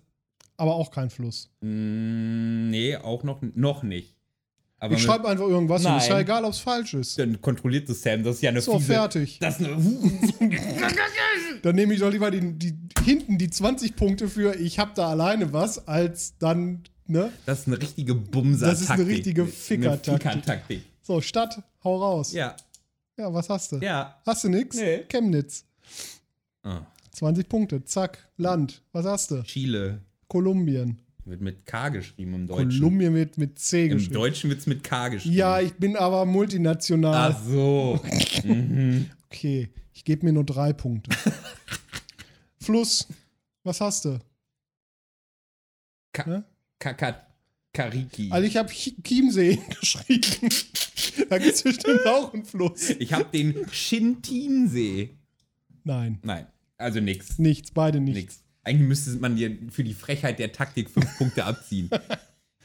Speaker 2: Aber auch kein Fluss.
Speaker 1: Mhm, nee, auch noch, noch nicht. Aber
Speaker 2: Ich
Speaker 1: mit-
Speaker 2: schreibe einfach irgendwas und ist ja
Speaker 1: Nein.
Speaker 2: egal, ob es falsch ist.
Speaker 1: dann kontrolliert das Sam. Das ist ja eine
Speaker 2: Ist doch
Speaker 1: fiese-
Speaker 2: fertig.
Speaker 1: Das ist eine.
Speaker 2: Dann nehme ich doch lieber die, die, hinten die 20 Punkte für, ich habe da alleine was, als dann, ne?
Speaker 1: Das ist eine richtige Bumser-Taktik.
Speaker 2: Das ist eine richtige
Speaker 1: Eine
Speaker 2: Ficker-Taktik.
Speaker 1: Ficker-Taktik.
Speaker 2: So, Stadt, hau raus.
Speaker 1: Ja,
Speaker 2: Ja, was hast du?
Speaker 1: ja.
Speaker 2: Hast du nix?
Speaker 1: Nee.
Speaker 2: Chemnitz.
Speaker 1: Ah,
Speaker 2: 20 Punkte, zack. Land. Was hast du?
Speaker 1: Chile
Speaker 2: Kolumbien.
Speaker 1: wird mit K geschrieben im Deutschen.
Speaker 2: Kolumbien wird mit C
Speaker 1: Im
Speaker 2: geschrieben.
Speaker 1: Deutschen wird es mit K geschrieben.
Speaker 2: Ja, ich bin aber multinational.
Speaker 1: Ach so.
Speaker 2: Okay, ich gebe mir nur drei Punkte.
Speaker 1: *laughs*
Speaker 2: Fluss. Was hast du?
Speaker 1: Ka
Speaker 2: Ne?
Speaker 1: Kaka- Kariki.
Speaker 2: Also ich habe Chiemsee *laughs* geschrieben. da gibt
Speaker 1: *laughs*
Speaker 2: es bestimmt auch einen Fluss.
Speaker 1: Ich habe den Shintinsee.
Speaker 2: Nein,
Speaker 1: Nein, also nix.
Speaker 2: nichts, beide nicht.
Speaker 1: Nix. Eigentlich müsste man dir für die Frechheit der Taktik fünf Punkte
Speaker 2: *laughs*
Speaker 1: abziehen.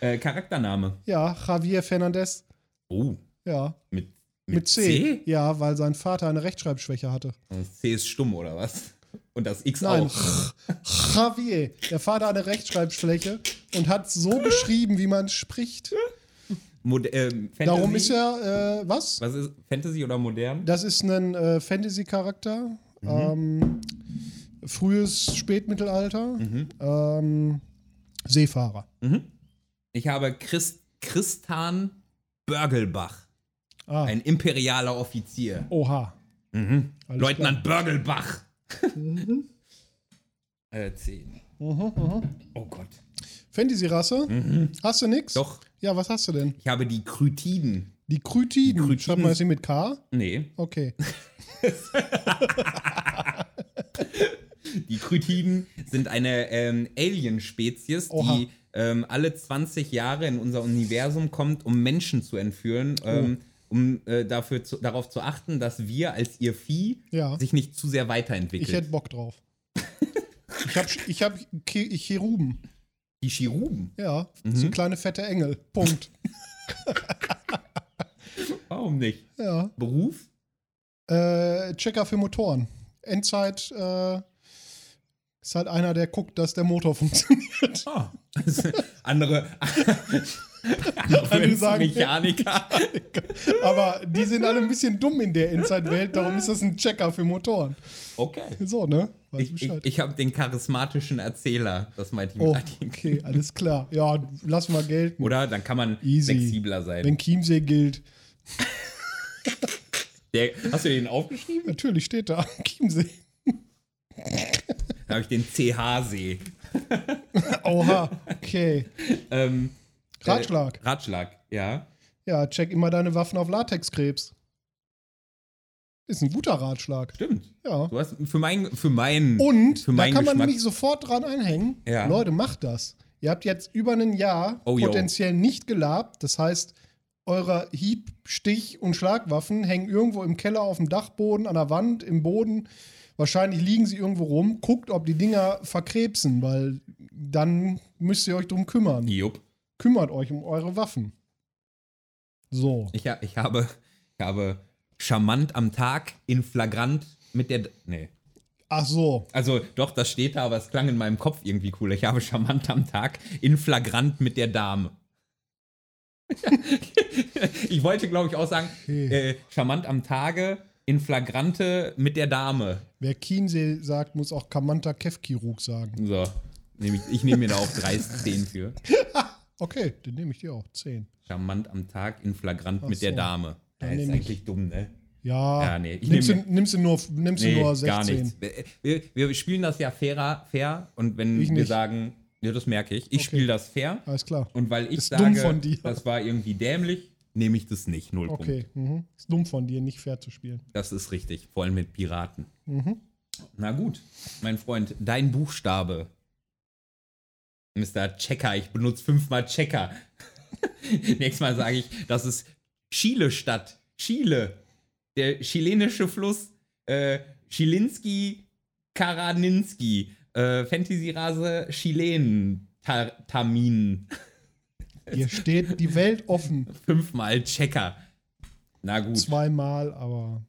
Speaker 1: Äh, Charaktername.
Speaker 2: Ja, Javier Fernandez.
Speaker 1: Oh,
Speaker 2: Ja,
Speaker 1: mit, mit,
Speaker 2: mit, C. Ja, weil sein Vater eine Rechtschreibschwäche hatte.
Speaker 1: Das C ist stumm, oder was? Und das X
Speaker 2: Nein,
Speaker 1: auch.
Speaker 2: *laughs* Javier. Der Vater hat eine Rechtschreibschwäche und hat so geschrieben, wie man spricht.
Speaker 1: Mod ähm, Fantasy?
Speaker 2: Darum ist er, äh, was?
Speaker 1: Was ist Fantasy oder modern?
Speaker 2: Das ist ein äh, Fantasy-Charakter. Ähm, frühes Spätmittelalter. Ähm, Seefahrer.
Speaker 1: Ich habe Christ Christan Börgelbach,
Speaker 2: Ah,
Speaker 1: ein imperialer Offizier.
Speaker 2: oha. Alles Mhm.
Speaker 1: Leutnant Börgelbach. *laughs* äh, 10. Oh Gott.
Speaker 2: Fantasy-Rasse? Hast du nix?
Speaker 1: Doch,
Speaker 2: Ja, was hast du denn?
Speaker 1: ich habe die Krytiden.
Speaker 2: Die Krytiden.
Speaker 1: Krytiden.
Speaker 2: Schreibt man das hier mit K?
Speaker 1: Nee,
Speaker 2: Okay.
Speaker 1: die Krytiden sind eine ähm, Alien-Spezies,
Speaker 2: Oha.
Speaker 1: die ähm, alle 20 Jahre in unser Universum kommt, um Menschen zu entführen.
Speaker 2: Oh.
Speaker 1: Ähm, um äh, dafür zu, darauf zu achten, dass wir als ihr Vieh
Speaker 2: *laughs* Ja.
Speaker 1: sich nicht zu sehr weiterentwickelt.
Speaker 2: Ich hätte Bock drauf. ich habe ich hab Che- Cheruben.
Speaker 1: die Chiruben.
Speaker 2: Ja, so
Speaker 1: Mhm.
Speaker 2: kleine fette Engel. Punkt.
Speaker 1: Warum nicht?
Speaker 2: ja.
Speaker 1: Beruf?
Speaker 2: Äh, Checker für Motoren. Endzeit äh, ist halt einer, der guckt, dass der Motor *laughs* funktioniert.
Speaker 1: Ah. *laughs* andere andere
Speaker 2: Andere sagen-
Speaker 1: Mechaniker.
Speaker 2: Aber die sind alle ein bisschen dumm in der Endzeit-Welt, darum ist das ein Checker für Motoren.
Speaker 1: Okay.
Speaker 2: So, ne? Weiß
Speaker 1: Ich, ich, ich habe den charismatischen Erzähler, das meinte ich
Speaker 2: oh,
Speaker 1: mit Adin.
Speaker 2: okay, alles klar. Ja, lassen wir gelten.
Speaker 1: Oder? Dann kann man
Speaker 2: Easy.
Speaker 1: flexibler sein.
Speaker 2: Wenn Chiemsee gilt,
Speaker 1: Der, hast du den aufgeschrieben?
Speaker 2: natürlich steht da *laughs* Chiemsee.
Speaker 1: Dann habe ich den CH-See.
Speaker 2: Oha, okay.
Speaker 1: Ähm,
Speaker 2: Ratschlag.
Speaker 1: Äh, Ratschlag, ja.
Speaker 2: Ja, check immer deine Waffen auf Latexkrebs. Ist ein guter Ratschlag.
Speaker 1: Stimmt.
Speaker 2: Ja.
Speaker 1: Du hast für meinen. Für meinen
Speaker 2: Und
Speaker 1: für
Speaker 2: da
Speaker 1: meinen
Speaker 2: kann man
Speaker 1: Geschmack.
Speaker 2: mich sofort dran anhängen.
Speaker 1: Ja.
Speaker 2: Leute, macht das. Ihr habt jetzt über ein Jahr
Speaker 1: Oh, yo.
Speaker 2: potenziell nicht gelabt. Das heißt, eure Hieb-, Stich- und Schlagwaffen hängen irgendwo im Keller, auf dem Dachboden, an der Wand, im Boden. Wahrscheinlich liegen sie irgendwo rum. Guckt, ob die Dinger verkrebsen, weil dann müsst ihr euch drum kümmern.
Speaker 1: Jupp.
Speaker 2: Kümmert euch um eure Waffen. So.
Speaker 1: Ich, ha- ich, habe, ich habe charmant am Tag in flagrant mit der. Nee.
Speaker 2: Ach so.
Speaker 1: Also doch, das steht da, aber es klang in meinem Kopf irgendwie cool. Ich habe charmant am Tag in flagrant mit der Dame. *laughs* ich wollte, glaube ich, auch sagen, äh, charmant am Tage in flagrante mit der Dame.
Speaker 2: Wer Chiemsee sagt, muss auch Kamanta Kefkiruk sagen.
Speaker 1: So, nehm ich, ich nehme mir da auch 30 10 für.
Speaker 2: Okay, den nehme ich dir auch. Zehn.
Speaker 1: Charmant am Tag in flagrant
Speaker 2: Ach
Speaker 1: mit der
Speaker 2: so.
Speaker 1: Dame. Das
Speaker 2: Dann
Speaker 1: ist
Speaker 2: nehm ich-
Speaker 1: eigentlich dumm, ne?
Speaker 2: Ja,
Speaker 1: Ja, nee, ich
Speaker 2: nimmst,
Speaker 1: nehm-
Speaker 2: du, nimmst du nur, nimmst du nur 16.
Speaker 1: gar nichts. Wir, Äh, wir spielen das ja fairer, fair und wenn
Speaker 2: Ich
Speaker 1: wir
Speaker 2: nicht.
Speaker 1: sagen, ja, das merke ich, ich
Speaker 2: Okay.
Speaker 1: spiele das fair.
Speaker 2: Alles klar.
Speaker 1: Und weil ich
Speaker 2: Ist
Speaker 1: sage,
Speaker 2: dumm von dir.
Speaker 1: das war irgendwie dämlich, nehme ich das nicht. Null Punkt.
Speaker 2: Okay, mhm. ist dumm von dir, nicht fair zu spielen.
Speaker 1: Das ist richtig. Vor allem mit Piraten.
Speaker 2: Mhm.
Speaker 1: Na gut, mein Freund, dein Buchstabe. Mr. Checker, ich benutze fünfmal Checker. *laughs* Nächstes Mal sage ich, das ist Chile-Stadt. Chile. Der chilenische Fluss. Äh, Chilinski, Karaninski. Äh, Fantasy-Rase, Chilen, Ta Tamin.
Speaker 2: Hier
Speaker 1: *laughs*
Speaker 2: steht die Welt offen.
Speaker 1: fünfmal Checker. Na gut,
Speaker 2: Zweimal, aber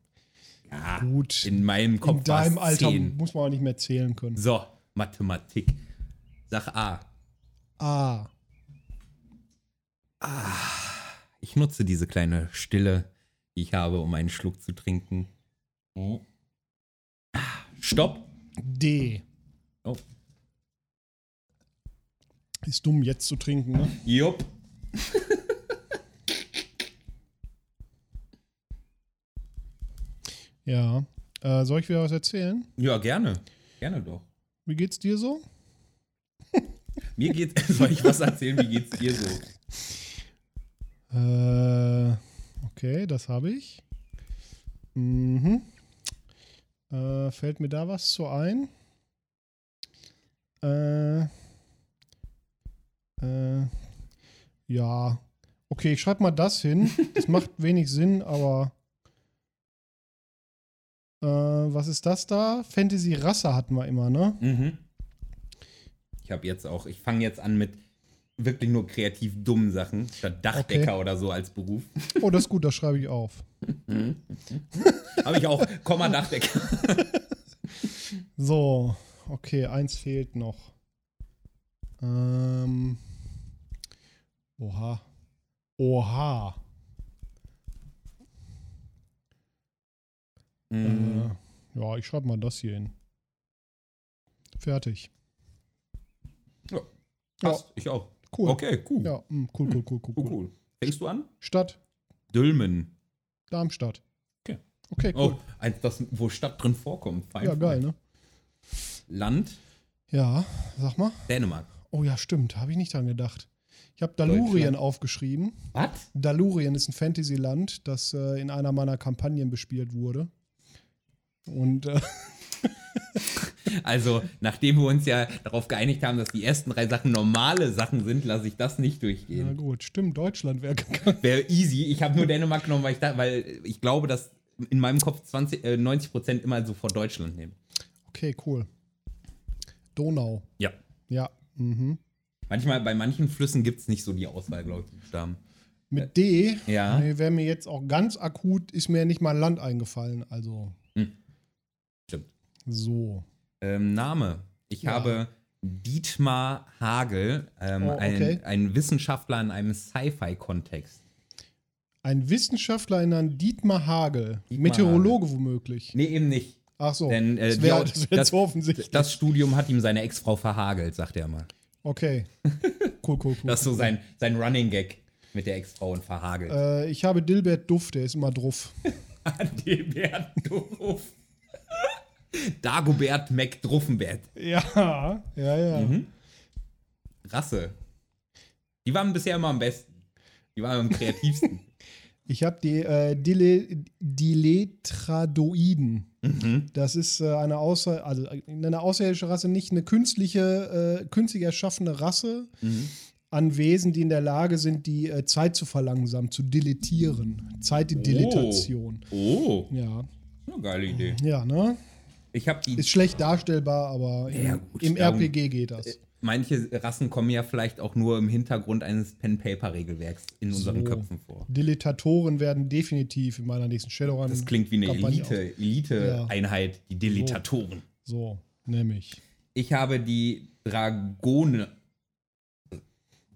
Speaker 1: Ja,
Speaker 2: gut. In,
Speaker 1: in meinem Kopf
Speaker 2: deinem
Speaker 1: war's
Speaker 2: Alter
Speaker 1: zehn.
Speaker 2: muss man auch nicht mehr zählen können.
Speaker 1: So, Mathematik. Sag A.
Speaker 2: Ah,
Speaker 1: Ich Ich nutze diese kleine Stille, die ich habe, um einen Schluck zu trinken. Oh. Ah, Stopp.
Speaker 2: D.
Speaker 1: Oh.
Speaker 2: Ist dumm, jetzt zu trinken, ne?
Speaker 1: Jupp.
Speaker 2: Ja. Äh, soll ich wieder was erzählen?
Speaker 1: Ja, gerne. Gerne doch.
Speaker 2: Wie geht's dir so?
Speaker 1: Mir geht *laughs* soll ich was erzählen, wie geht's dir so?
Speaker 2: Äh, okay, das habe ich. Mhm. Äh, fällt mir da was zu ein? Äh, äh, ja. Okay, ich schreibe mal das hin. Das macht wenig Sinn, aber. Äh, was ist das da? Fantasy Rasse hatten wir immer, ne?
Speaker 1: Mhm. Ich habe jetzt auch, ich fange jetzt an mit wirklich nur kreativ dummen Sachen, statt Dachdecker oder so als Beruf.
Speaker 2: Oh, das ist gut, das schreibe ich auf.
Speaker 1: Habe ich auch, *laughs* Komma Dachdecker.
Speaker 2: So, okay, eins fehlt noch. Ähm. Oha. Oha.
Speaker 1: Mhm.
Speaker 2: Äh, ja, ich schreibe mal das hier hin. Fertig.
Speaker 1: Ja, Passt, ich auch.
Speaker 2: cool.
Speaker 1: Okay, cool.
Speaker 2: Ja, mm, cool, cool, cool, cool,
Speaker 1: cool.
Speaker 2: cool.
Speaker 1: cool. Fängst du an?
Speaker 2: Stadt,
Speaker 1: Dülmen.
Speaker 2: Darmstadt.
Speaker 1: Okay.
Speaker 2: Okay,
Speaker 1: Oh,
Speaker 2: cool.
Speaker 1: eins, das, wo Stadt drin vorkommt. Fein,
Speaker 2: ja,
Speaker 1: fein.
Speaker 2: geil, ne?
Speaker 1: Land,
Speaker 2: Ja, sag mal.
Speaker 1: Dänemark.
Speaker 2: Oh ja, stimmt, habe ich nicht dran gedacht. Ich habe Dalurien
Speaker 1: Deutschland.
Speaker 2: aufgeschrieben.
Speaker 1: Was?
Speaker 2: Dalurien ist ein Fantasy-Land, das äh, in einer meiner Kampagnen bespielt wurde. Und äh,
Speaker 1: Also, nachdem wir uns ja darauf geeinigt haben, dass die ersten drei Sachen normale Sachen sind, lasse ich das nicht
Speaker 2: na
Speaker 1: durchgehen.
Speaker 2: gut, stimmt, Deutschland wäre gegangen.
Speaker 1: Wäre easy. Ich habe nur Dänemark genommen, weil ich, da, weil ich glaube, dass in meinem Kopf 20, äh, 90% immer so vor Deutschland nehmen.
Speaker 2: *laughs* Okay, cool. Donau.
Speaker 1: Ja.
Speaker 2: Ja. Mhm.
Speaker 1: Manchmal, bei manchen Flüssen gibt es nicht so die Auswahl, glaube ich, Stamm.
Speaker 2: Mit D
Speaker 1: Ja.
Speaker 2: nee, wäre mir jetzt auch ganz akut, ist mir nicht mal ein Land eingefallen. Also.
Speaker 1: Hm. Stimmt.
Speaker 2: So.
Speaker 1: Ähm, Name. Ich
Speaker 2: Ja.
Speaker 1: habe Dietmar Hagel, ähm,
Speaker 2: Oh, okay.
Speaker 1: ein, ein Wissenschaftler in einem Sci-Fi-Kontext.
Speaker 2: Ein Wissenschaftler in einem Dietmar Hagel.
Speaker 1: Dietmar
Speaker 2: Meteorologe womöglich.
Speaker 1: Nee, eben nicht.
Speaker 2: Ach so.
Speaker 1: Denn, äh,
Speaker 2: das
Speaker 1: die
Speaker 2: wäre
Speaker 1: auch-
Speaker 2: das wär
Speaker 1: das-
Speaker 2: zu offensichtlich.
Speaker 1: Das Studium hat ihm seine Ex-Frau verhagelt, sagt er mal. *laughs*
Speaker 2: okay. Cool, cool, cool.
Speaker 1: Das ist so sein, sein Running Gag mit der Ex-Frau und verhagelt.
Speaker 2: äh, ich habe Dilbert Duft, der ist
Speaker 1: *laughs*
Speaker 2: immer druff. Äh.
Speaker 1: Dem wär doof. Dagobert McDruffenbert.
Speaker 2: ja, ja, ja.
Speaker 1: Mhm. Rasse. Die waren bisher immer am besten. Die waren am kreativsten.
Speaker 2: *laughs* Ich habe die äh, Dile Diletradoiden.
Speaker 1: mhm.
Speaker 2: Das ist äh, eine, außer, also eine außerirdische Rasse, nicht eine künstliche, äh, künstlich erschaffene Rasse
Speaker 1: Mhm.
Speaker 2: an Wesen, die in der Lage sind, die äh, Zeit zu verlangsamen, zu dilettieren. Zeit in Dilettation.
Speaker 1: Oh,
Speaker 2: Ja,
Speaker 1: eine geile Idee.
Speaker 2: ja, ne?
Speaker 1: Ich habe die
Speaker 2: Ist schlecht darstellbar, aber im,
Speaker 1: Ja, gut, äh,
Speaker 2: im
Speaker 1: darum-
Speaker 2: RPG geht das.
Speaker 1: Manche Rassen kommen ja vielleicht auch nur im Hintergrund eines Pen-Paper-Regelwerks in unseren
Speaker 2: So.
Speaker 1: Köpfen vor.
Speaker 2: Dilettatoren werden definitiv in meiner nächsten Shadowrun.
Speaker 1: Das klingt wie eine
Speaker 2: Kampagne
Speaker 1: Elite- Elite-Einheit, die Dilettatoren.
Speaker 2: So, nämlich.
Speaker 1: Ich habe die Dragone.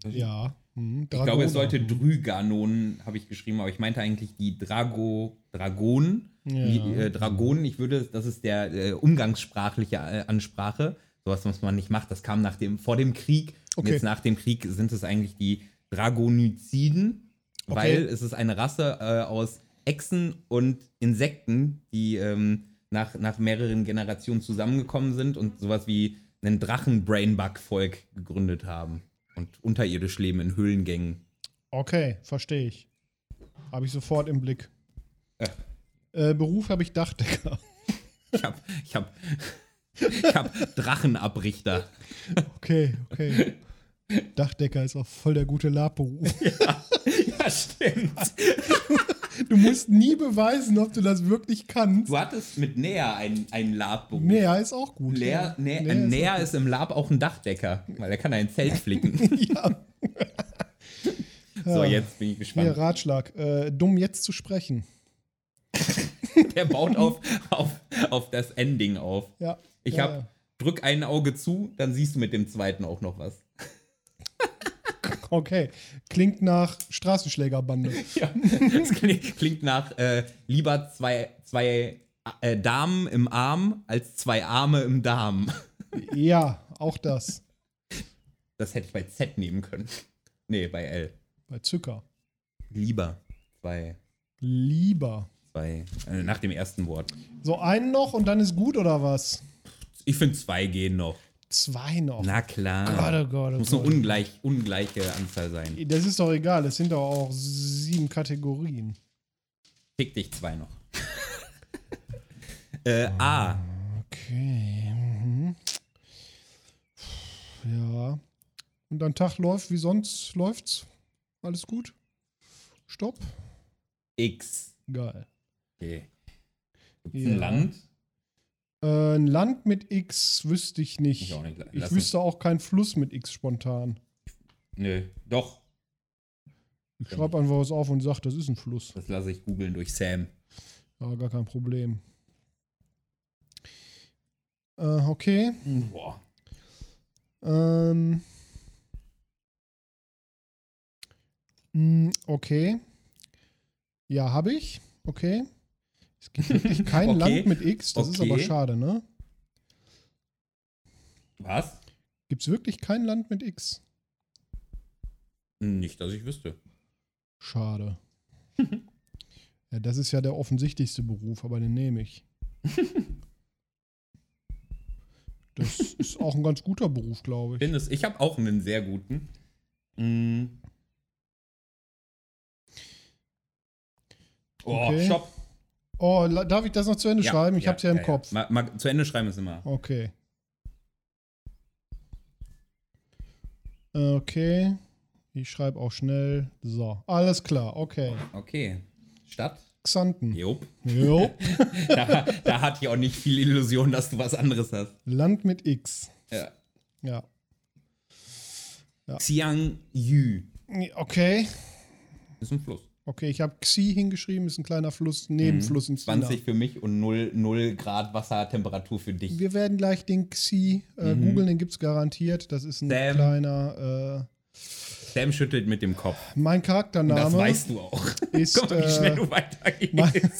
Speaker 2: Ja. Mhm.
Speaker 1: Ich glaube, es sollte Dryganonen, habe ich geschrieben, aber ich meinte eigentlich die Drago, Dragonen.
Speaker 2: Ja.
Speaker 1: Die, äh, Dragonen, ich würde, das ist der äh, umgangssprachliche äh, Ansprache. Sowas, was man nicht macht. Das kam nach dem, vor dem Krieg. Und
Speaker 2: Okay.
Speaker 1: jetzt nach dem Krieg sind es eigentlich die Dragoniziden,
Speaker 2: Okay.
Speaker 1: weil es ist eine Rasse äh, aus Echsen und Insekten, die ähm, nach, nach mehreren Generationen zusammengekommen sind und sowas wie einen Drachen-Brainbug-Volk gegründet haben. Und unterirdisch leben in Höhlengängen.
Speaker 2: Okay, verstehe ich. Habe ich sofort im Blick.
Speaker 1: Ja.
Speaker 2: Äh, Beruf habe ich Dachdecker. *laughs*
Speaker 1: Ich hab, ich hab, *laughs* ich hab Drachenabrichter.
Speaker 2: Okay, okay. Dachdecker ist auch voll der gute Labberuf.
Speaker 1: Ja, stimmt.
Speaker 2: Du musst nie beweisen, ob du das wirklich kannst.
Speaker 1: Du hattest mit Näher einen, einen Lab-Beruf.
Speaker 2: Näher ist auch gut.
Speaker 1: Leer,
Speaker 2: ja.
Speaker 1: Nä-
Speaker 2: Näher
Speaker 1: äh,
Speaker 2: ist
Speaker 1: Näher ist im Lab auch ein Dachdecker, weil er kann ein Zelt flicken.
Speaker 2: *laughs* Ja.
Speaker 1: so,
Speaker 2: Ja.
Speaker 1: jetzt bin ich
Speaker 2: Hier,
Speaker 1: gespannt.
Speaker 2: Ratschlag. Äh, dumm jetzt zu sprechen.
Speaker 1: Der baut auf, auf, auf das Ending auf.
Speaker 2: Ja. Äh,
Speaker 1: Ich
Speaker 2: ja,
Speaker 1: hab, drück ein Auge zu, dann siehst du mit dem zweiten auch noch was.
Speaker 2: ja. Okay. Klingt nach Straßenschlägerbande.
Speaker 1: *laughs* Ja. Das klingt klingt nach äh, lieber zwei, zwei äh, Damen im Arm als zwei Arme im Darm. *laughs*
Speaker 2: ja, auch das.
Speaker 1: Das hätte ich bei Z nehmen können. Nee, bei L.
Speaker 2: Bei Zucker.
Speaker 1: Lieber. Zwei.
Speaker 2: Lieber.
Speaker 1: zwei äh, nach dem ersten Wort.
Speaker 2: So, einen noch und dann ist gut, oder was?
Speaker 1: Ich finde, zwei gehen noch.
Speaker 2: Zwei noch.
Speaker 1: Na klar.
Speaker 2: Gott, oh Gott, oh
Speaker 1: Ah. Muss
Speaker 2: Gott.
Speaker 1: eine ungleich, ungleiche Anzahl sein.
Speaker 2: Das ist doch egal. Es sind doch auch sieben Kategorien.
Speaker 1: Fick dich zwei noch. *laughs* äh, A.
Speaker 2: Okay. Mhm. Ja. Und dein Tag läuft wie sonst läuft's. Alles gut? Stopp.
Speaker 1: X.
Speaker 2: Geil.
Speaker 1: Okay. Gibt's
Speaker 2: Ja.
Speaker 1: ein Land?
Speaker 2: Äh, ein Land mit X wüsste ich nicht.
Speaker 1: Ich
Speaker 2: Ich,
Speaker 1: auch nicht. Lass mich-
Speaker 2: wüsste auch keinen Fluss mit X spontan.
Speaker 1: Nö, doch.
Speaker 2: Ich
Speaker 1: Ja.
Speaker 2: schreibe einfach was auf und sage, das ist ein Fluss.
Speaker 1: Das lasse ich googeln durch Sam.
Speaker 2: Ja, gar kein Problem. Äh, okay.
Speaker 1: Boah.
Speaker 2: Ähm. Mm, Okay. Ja, habe ich. Okay. Es gibt wirklich kein
Speaker 1: Okay.
Speaker 2: Land mit X, das ist aber
Speaker 1: Okay.
Speaker 2: schade, ne?
Speaker 1: Was?
Speaker 2: Gibt es wirklich kein Land mit X?
Speaker 1: Nicht, dass ich wüsste.
Speaker 2: Schade. ja, das ist ja der offensichtlichste Beruf, aber den nehme ich. Das ist auch ein ganz guter Beruf, glaube ich.
Speaker 1: Bin es, ich habe auch einen sehr guten.
Speaker 2: Mhm.
Speaker 1: Mm. Oh,
Speaker 2: Okay.
Speaker 1: Shop.
Speaker 2: Oh, la- darf ich das noch zu Ende
Speaker 1: Ja,
Speaker 2: schreiben? Ich hab's ja im Kopf.
Speaker 1: Mal, mal, zu Ende schreiben ist immer.
Speaker 2: Okay. Äh, Okay. Ich schreibe auch schnell. So, alles klar. Okay.
Speaker 1: Okay. Stadt?
Speaker 2: Xanten.
Speaker 1: Jupp.
Speaker 2: Jo.
Speaker 1: *laughs* da, da hatte ich auch nicht viel Illusion, dass du was anderes hast.
Speaker 2: Land mit X.
Speaker 1: Ja.
Speaker 2: Ja.
Speaker 1: Xiang Yu.
Speaker 2: Okay.
Speaker 1: Ist ein Fluss.
Speaker 2: Okay, ich habe Xi hingeschrieben, ist ein kleiner Fluss,
Speaker 1: Mhm.
Speaker 2: Nebenfluss in China.
Speaker 1: 20 für mich und 0, 0 Grad Wassertemperatur für dich.
Speaker 2: Wir werden gleich den Xi äh,
Speaker 1: Mhm.
Speaker 2: googeln, den gibt's garantiert. Das ist ein
Speaker 1: Sam.
Speaker 2: kleiner.
Speaker 1: Sam schüttelt mit dem Kopf.
Speaker 2: Äh, mein
Speaker 1: Und
Speaker 2: Charaktername.
Speaker 1: das *laughs* weißt du auch.
Speaker 2: ist,
Speaker 1: Guck mal, wie
Speaker 2: äh,
Speaker 1: schnell du weitergehst.
Speaker 2: Mein,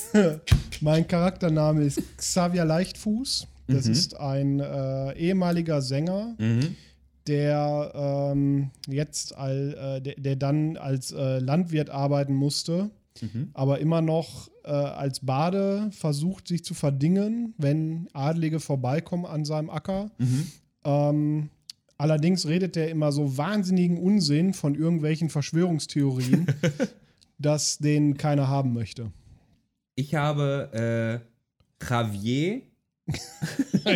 Speaker 2: *laughs* mein Charaktername ist Xavier Leichtfuß. Das
Speaker 1: Mhm.
Speaker 2: ist ein äh, ehemaliger Sänger,
Speaker 1: Mhm.
Speaker 2: der ähm, jetzt all, äh, der, der dann als äh, Landwirt arbeiten musste,
Speaker 1: Mhm.
Speaker 2: aber immer noch äh, als Bade versucht, sich zu verdingen, wenn Adlige vorbeikommen an seinem Acker.
Speaker 1: Mhm.
Speaker 2: Ähm, allerdings redet er immer so wahnsinnigen Unsinn von irgendwelchen
Speaker 1: *laughs*
Speaker 2: Verschwörungstheorien, dass den keiner haben möchte.
Speaker 1: Ich habe äh, Javier,
Speaker 2: Ja,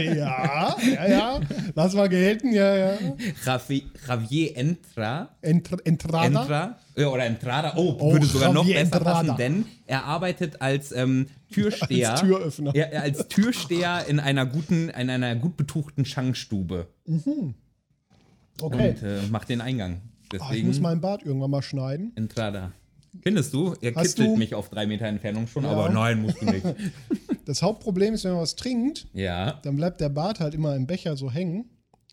Speaker 2: ja, ja. Lass mal gelten, ja, ja.
Speaker 1: Javi, Javier Entra.
Speaker 2: Entr Entrada.
Speaker 1: Entra ja, oder Entrada. Oh,
Speaker 2: Oh,
Speaker 1: würde sogar noch
Speaker 2: Javier
Speaker 1: besser
Speaker 2: Entrada.
Speaker 1: passen, denn er arbeitet als ähm, Türsteher.
Speaker 2: Als Türöffner.
Speaker 1: Ja, ja, als Türsteher in einer guten, in einer gut betuchten Schankstube
Speaker 2: Okay.
Speaker 1: und äh, macht den Eingang.
Speaker 2: Ah, ich
Speaker 1: Deswegen
Speaker 2: muss meinen Bart irgendwann mal schneiden.
Speaker 1: Entrada. Findest du? Er
Speaker 2: Hast
Speaker 1: kitzelt
Speaker 2: du-
Speaker 1: mich auf drei Meter Entfernung schon,
Speaker 2: Ja.
Speaker 1: aber nein, musst du
Speaker 2: *laughs*
Speaker 1: nicht.
Speaker 2: Das Hauptproblem ist, wenn man was trinkt,
Speaker 1: ja.
Speaker 2: dann bleibt der Bart halt immer im Becher so hängen.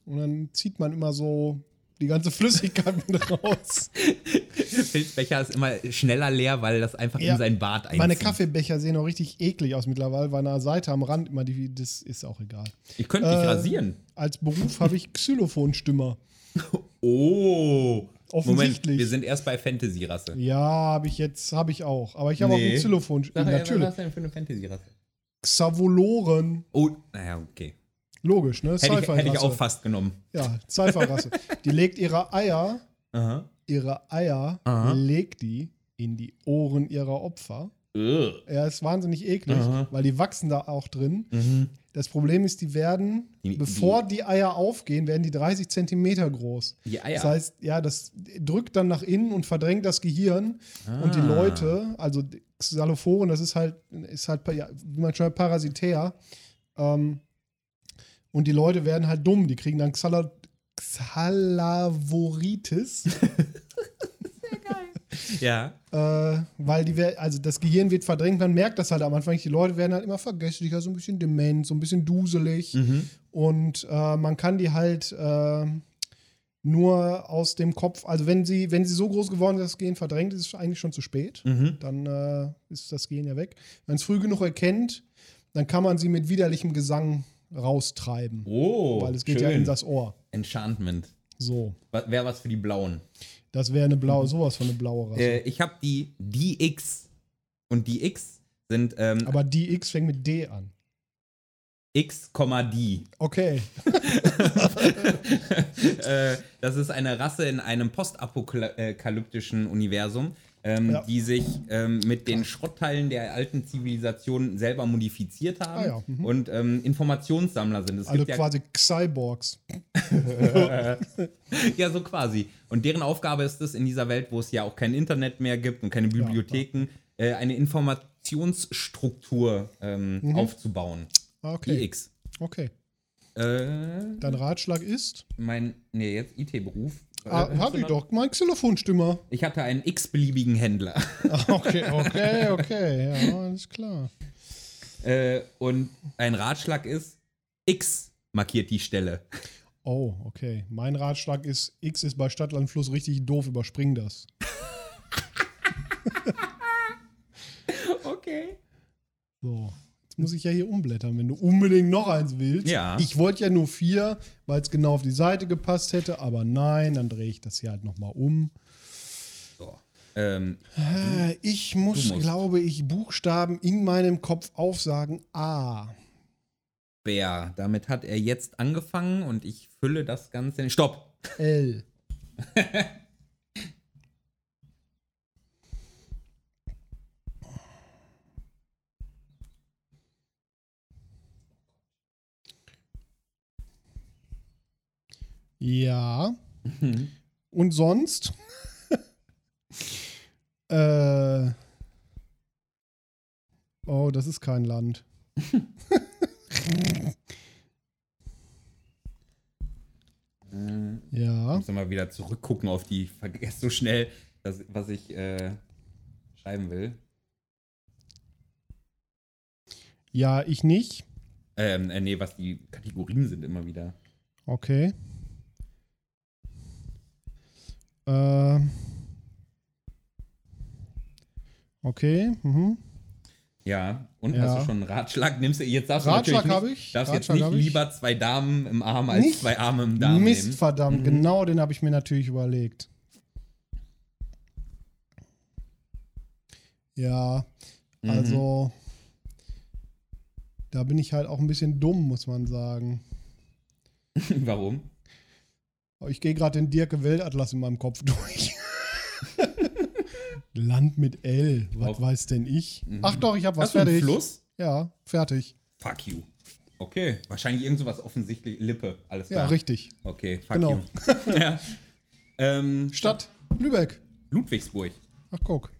Speaker 2: Und dann zieht man immer so die ganze Flüssigkeit mit
Speaker 1: *laughs*
Speaker 2: raus.
Speaker 1: Filzbecher ist immer schneller leer, weil das einfach
Speaker 2: Ja.
Speaker 1: in seinen Bart einzieht.
Speaker 2: Meine Kaffeebecher sehen auch richtig eklig aus mittlerweile, weil an der Seite am Rand immer die, das ist auch egal.
Speaker 1: Ich könnte dich
Speaker 2: Äh,
Speaker 1: rasieren.
Speaker 2: Als Beruf habe ich Xylophonstimmer.
Speaker 1: Oh.
Speaker 2: Offensichtlich.
Speaker 1: Moment, wir sind erst bei Fantasy-Rasse.
Speaker 2: Ja, habe ich jetzt, habe ich auch. Aber ich habe auch
Speaker 1: Nee.
Speaker 2: einen Xylophonstimmer. Natürlich.
Speaker 1: Was ist denn für eine Fantasy-Rasse?
Speaker 2: Xavoloren.
Speaker 1: Oh, naja, okay.
Speaker 2: Logisch, ne?
Speaker 1: Hätte ich, hätte ich
Speaker 2: Sci-Fi-Rasse.
Speaker 1: auch fast genommen.
Speaker 2: Ja, Sci-Fi-Rasse. die legt ihre Eier,
Speaker 1: Aha.
Speaker 2: ihre Eier
Speaker 1: Aha.
Speaker 2: legt die in die Ohren ihrer Opfer.
Speaker 1: Ugh.
Speaker 2: Ja, ist wahnsinnig eklig,
Speaker 1: Aha.
Speaker 2: weil die wachsen da auch drin.
Speaker 1: Mhm.
Speaker 2: Das Problem ist, die werden,
Speaker 1: Die-
Speaker 2: bevor die Eier aufgehen, werden die 30 Zentimeter groß.
Speaker 1: Die Eier.
Speaker 2: Das heißt, ja, das drückt dann nach innen und verdrängt das Gehirn. Und die
Speaker 1: Ah.
Speaker 2: Leute, also Xylophoren, das ist halt, ist halt ja, wie man schon sagt, parasitär. Ähm, und die Leute werden halt dumm. Die kriegen dann Xala Xalavoritis,
Speaker 1: Ja.
Speaker 2: äh, weil die, wer- also das Gehirn wird verdrängt. Man merkt das halt am Anfang. nicht. Die Leute werden halt immer vergesslicher, so ein bisschen dement, so ein bisschen duselig.
Speaker 1: Mhm.
Speaker 2: Und äh, man kann die halt äh, nur aus dem Kopf, also wenn sie, wenn sie so groß geworden ist, dass das Gen verdrängt, ist es eigentlich schon zu spät.
Speaker 1: Mhm.
Speaker 2: Dann äh, ist das Gen ja weg. Wenn man es früh genug erkennt, dann kann man sie mit widerlichem Gesang raustreiben.
Speaker 1: Oh,
Speaker 2: weil es geht
Speaker 1: schön.
Speaker 2: ja in das Ohr.
Speaker 1: Enchantment.
Speaker 2: So.
Speaker 1: Wäre was für die Blauen.
Speaker 2: Das wäre eine blaue, sowas von eine blaue Rasse.
Speaker 1: Mhm. Äh, ich habe die DX. Und die X sind ähm,
Speaker 2: Aber die X fängt mit D an.
Speaker 1: X, D.
Speaker 2: Okay.
Speaker 1: äh, das ist eine Rasse in einem postapokalyptischen Universum, ähm,
Speaker 2: Ja.
Speaker 1: die sich ähm, mit den Schrottteilen der alten Zivilisation selber modifiziert haben
Speaker 2: Ah ja, mhm.
Speaker 1: und ähm, Informationssammler sind. Es
Speaker 2: Also
Speaker 1: gibt ja
Speaker 2: quasi Cyborgs.
Speaker 1: *laughs* Ja, so quasi. Und deren Aufgabe ist es, in dieser Welt, wo es ja auch kein Internet mehr gibt und keine Bibliotheken, äh, eine Informationsstruktur ähm, aufzubauen.
Speaker 2: Ah, Mhm. Okay.
Speaker 1: IX.
Speaker 2: Okay.
Speaker 1: Äh,
Speaker 2: Dein Ratschlag ist?
Speaker 1: mein, nee, jetzt IT-Beruf.
Speaker 2: Ah,
Speaker 1: Äh,
Speaker 2: hatte ich doch. Mein Xylophonstimmer.
Speaker 1: Ich hatte einen x-beliebigen Händler.
Speaker 2: Ah, *laughs* Okay, okay, okay. Ja, alles klar.
Speaker 1: äh, und ein Ratschlag ist, X markiert die Stelle.
Speaker 2: Oh, okay. Mein Ratschlag ist, X ist bei Stadtland Fluss richtig doof, überspring das.
Speaker 1: Okay.
Speaker 2: So. Jetzt muss ich ja hier umblättern, wenn du unbedingt noch eins willst.
Speaker 1: Ja.
Speaker 2: Ich wollte ja nur vier, weil es genau auf die Seite gepasst hätte, aber nein, dann drehe ich das hier halt nochmal um.
Speaker 1: So. Ähm,
Speaker 2: Äh, Ich muss,
Speaker 1: Du musst.
Speaker 2: glaube ich, Buchstaben in meinem Kopf aufsagen. A.
Speaker 1: Bär, damit hat er jetzt angefangen und ich fülle das Ganze. Stopp!
Speaker 2: L. ja. Und sonst? *laughs* äh. Oh, das ist kein Land.
Speaker 1: Äh,
Speaker 2: Ja.
Speaker 1: muss immer wieder zurückgucken auf die. Ich vergesse so schnell, das, was ich äh, schreiben will.
Speaker 2: Ja, ich nicht.
Speaker 1: Ähm, äh, nee, was die Kategorien sind immer wieder.
Speaker 2: Okay. Ähm. Okay. Mhm.
Speaker 1: Ja, und
Speaker 2: Ja.
Speaker 1: hast du schon einen Ratschlag? Nimmst du jetzt darfst
Speaker 2: Ratschlag
Speaker 1: du
Speaker 2: habe
Speaker 1: natürlich
Speaker 2: ich.
Speaker 1: nicht, darfst jetzt
Speaker 2: Ratschlag
Speaker 1: nicht
Speaker 2: habe ich.
Speaker 1: lieber zwei Damen im Arm als
Speaker 2: Nicht?
Speaker 1: zwei Arme im Darm
Speaker 2: Mist,
Speaker 1: nehmen. Mhm.
Speaker 2: verdammt. Genau den habe ich mir natürlich überlegt. Ja,
Speaker 1: Mhm.
Speaker 2: also. Da bin ich halt auch ein bisschen dumm, muss man sagen.
Speaker 1: *laughs* Warum?
Speaker 2: Aber Ich gehe gerade den Dirke Weltatlas in meinem Kopf *laughs* durch. Land mit L. Was
Speaker 1: Auf- Mhm.
Speaker 2: weiß denn ich? Ach doch, ich habe was
Speaker 1: Hast du einen
Speaker 2: fertig.
Speaker 1: Fluss?
Speaker 2: Ja, fertig.
Speaker 1: Fuck you. Okay, wahrscheinlich irgend sowas offensichtlich Lippe. Alles
Speaker 2: Ja,
Speaker 1: klar.
Speaker 2: richtig.
Speaker 1: Okay, fuck
Speaker 2: Genau.
Speaker 1: you. *laughs* ja. ähm,
Speaker 2: Stadt Lübeck.
Speaker 1: Ludwigsburg.
Speaker 2: Ach, guck.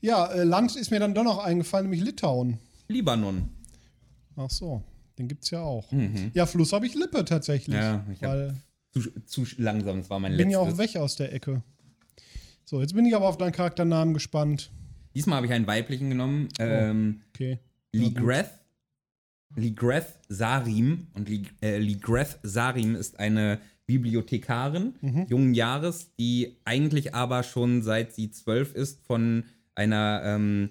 Speaker 2: Ja, äh, Land ist mir dann doch noch eingefallen, nämlich Litauen.
Speaker 1: Libanon.
Speaker 2: Ach so, den gibt's ja auch. Ja, Fluss habe ich Lippe tatsächlich.
Speaker 1: Mhm. Ja, ich hab
Speaker 2: weil
Speaker 1: Zu, zu langsam, das war mein
Speaker 2: bin
Speaker 1: letztes.
Speaker 2: ja auch weg aus der Ecke. So, jetzt bin ich aber auf deinen Charakternamen gespannt.
Speaker 1: Diesmal habe ich einen weiblichen genommen.
Speaker 2: Oh.
Speaker 1: Ähm,
Speaker 2: Okay.
Speaker 1: Ligreth. Ligreth Sarim. Und Lig, äh, Ligreth Sarim ist eine Bibliothekarin
Speaker 2: Mhm.
Speaker 1: jungen Jahres, die eigentlich aber schon seit sie zwölf ist von einer ähm,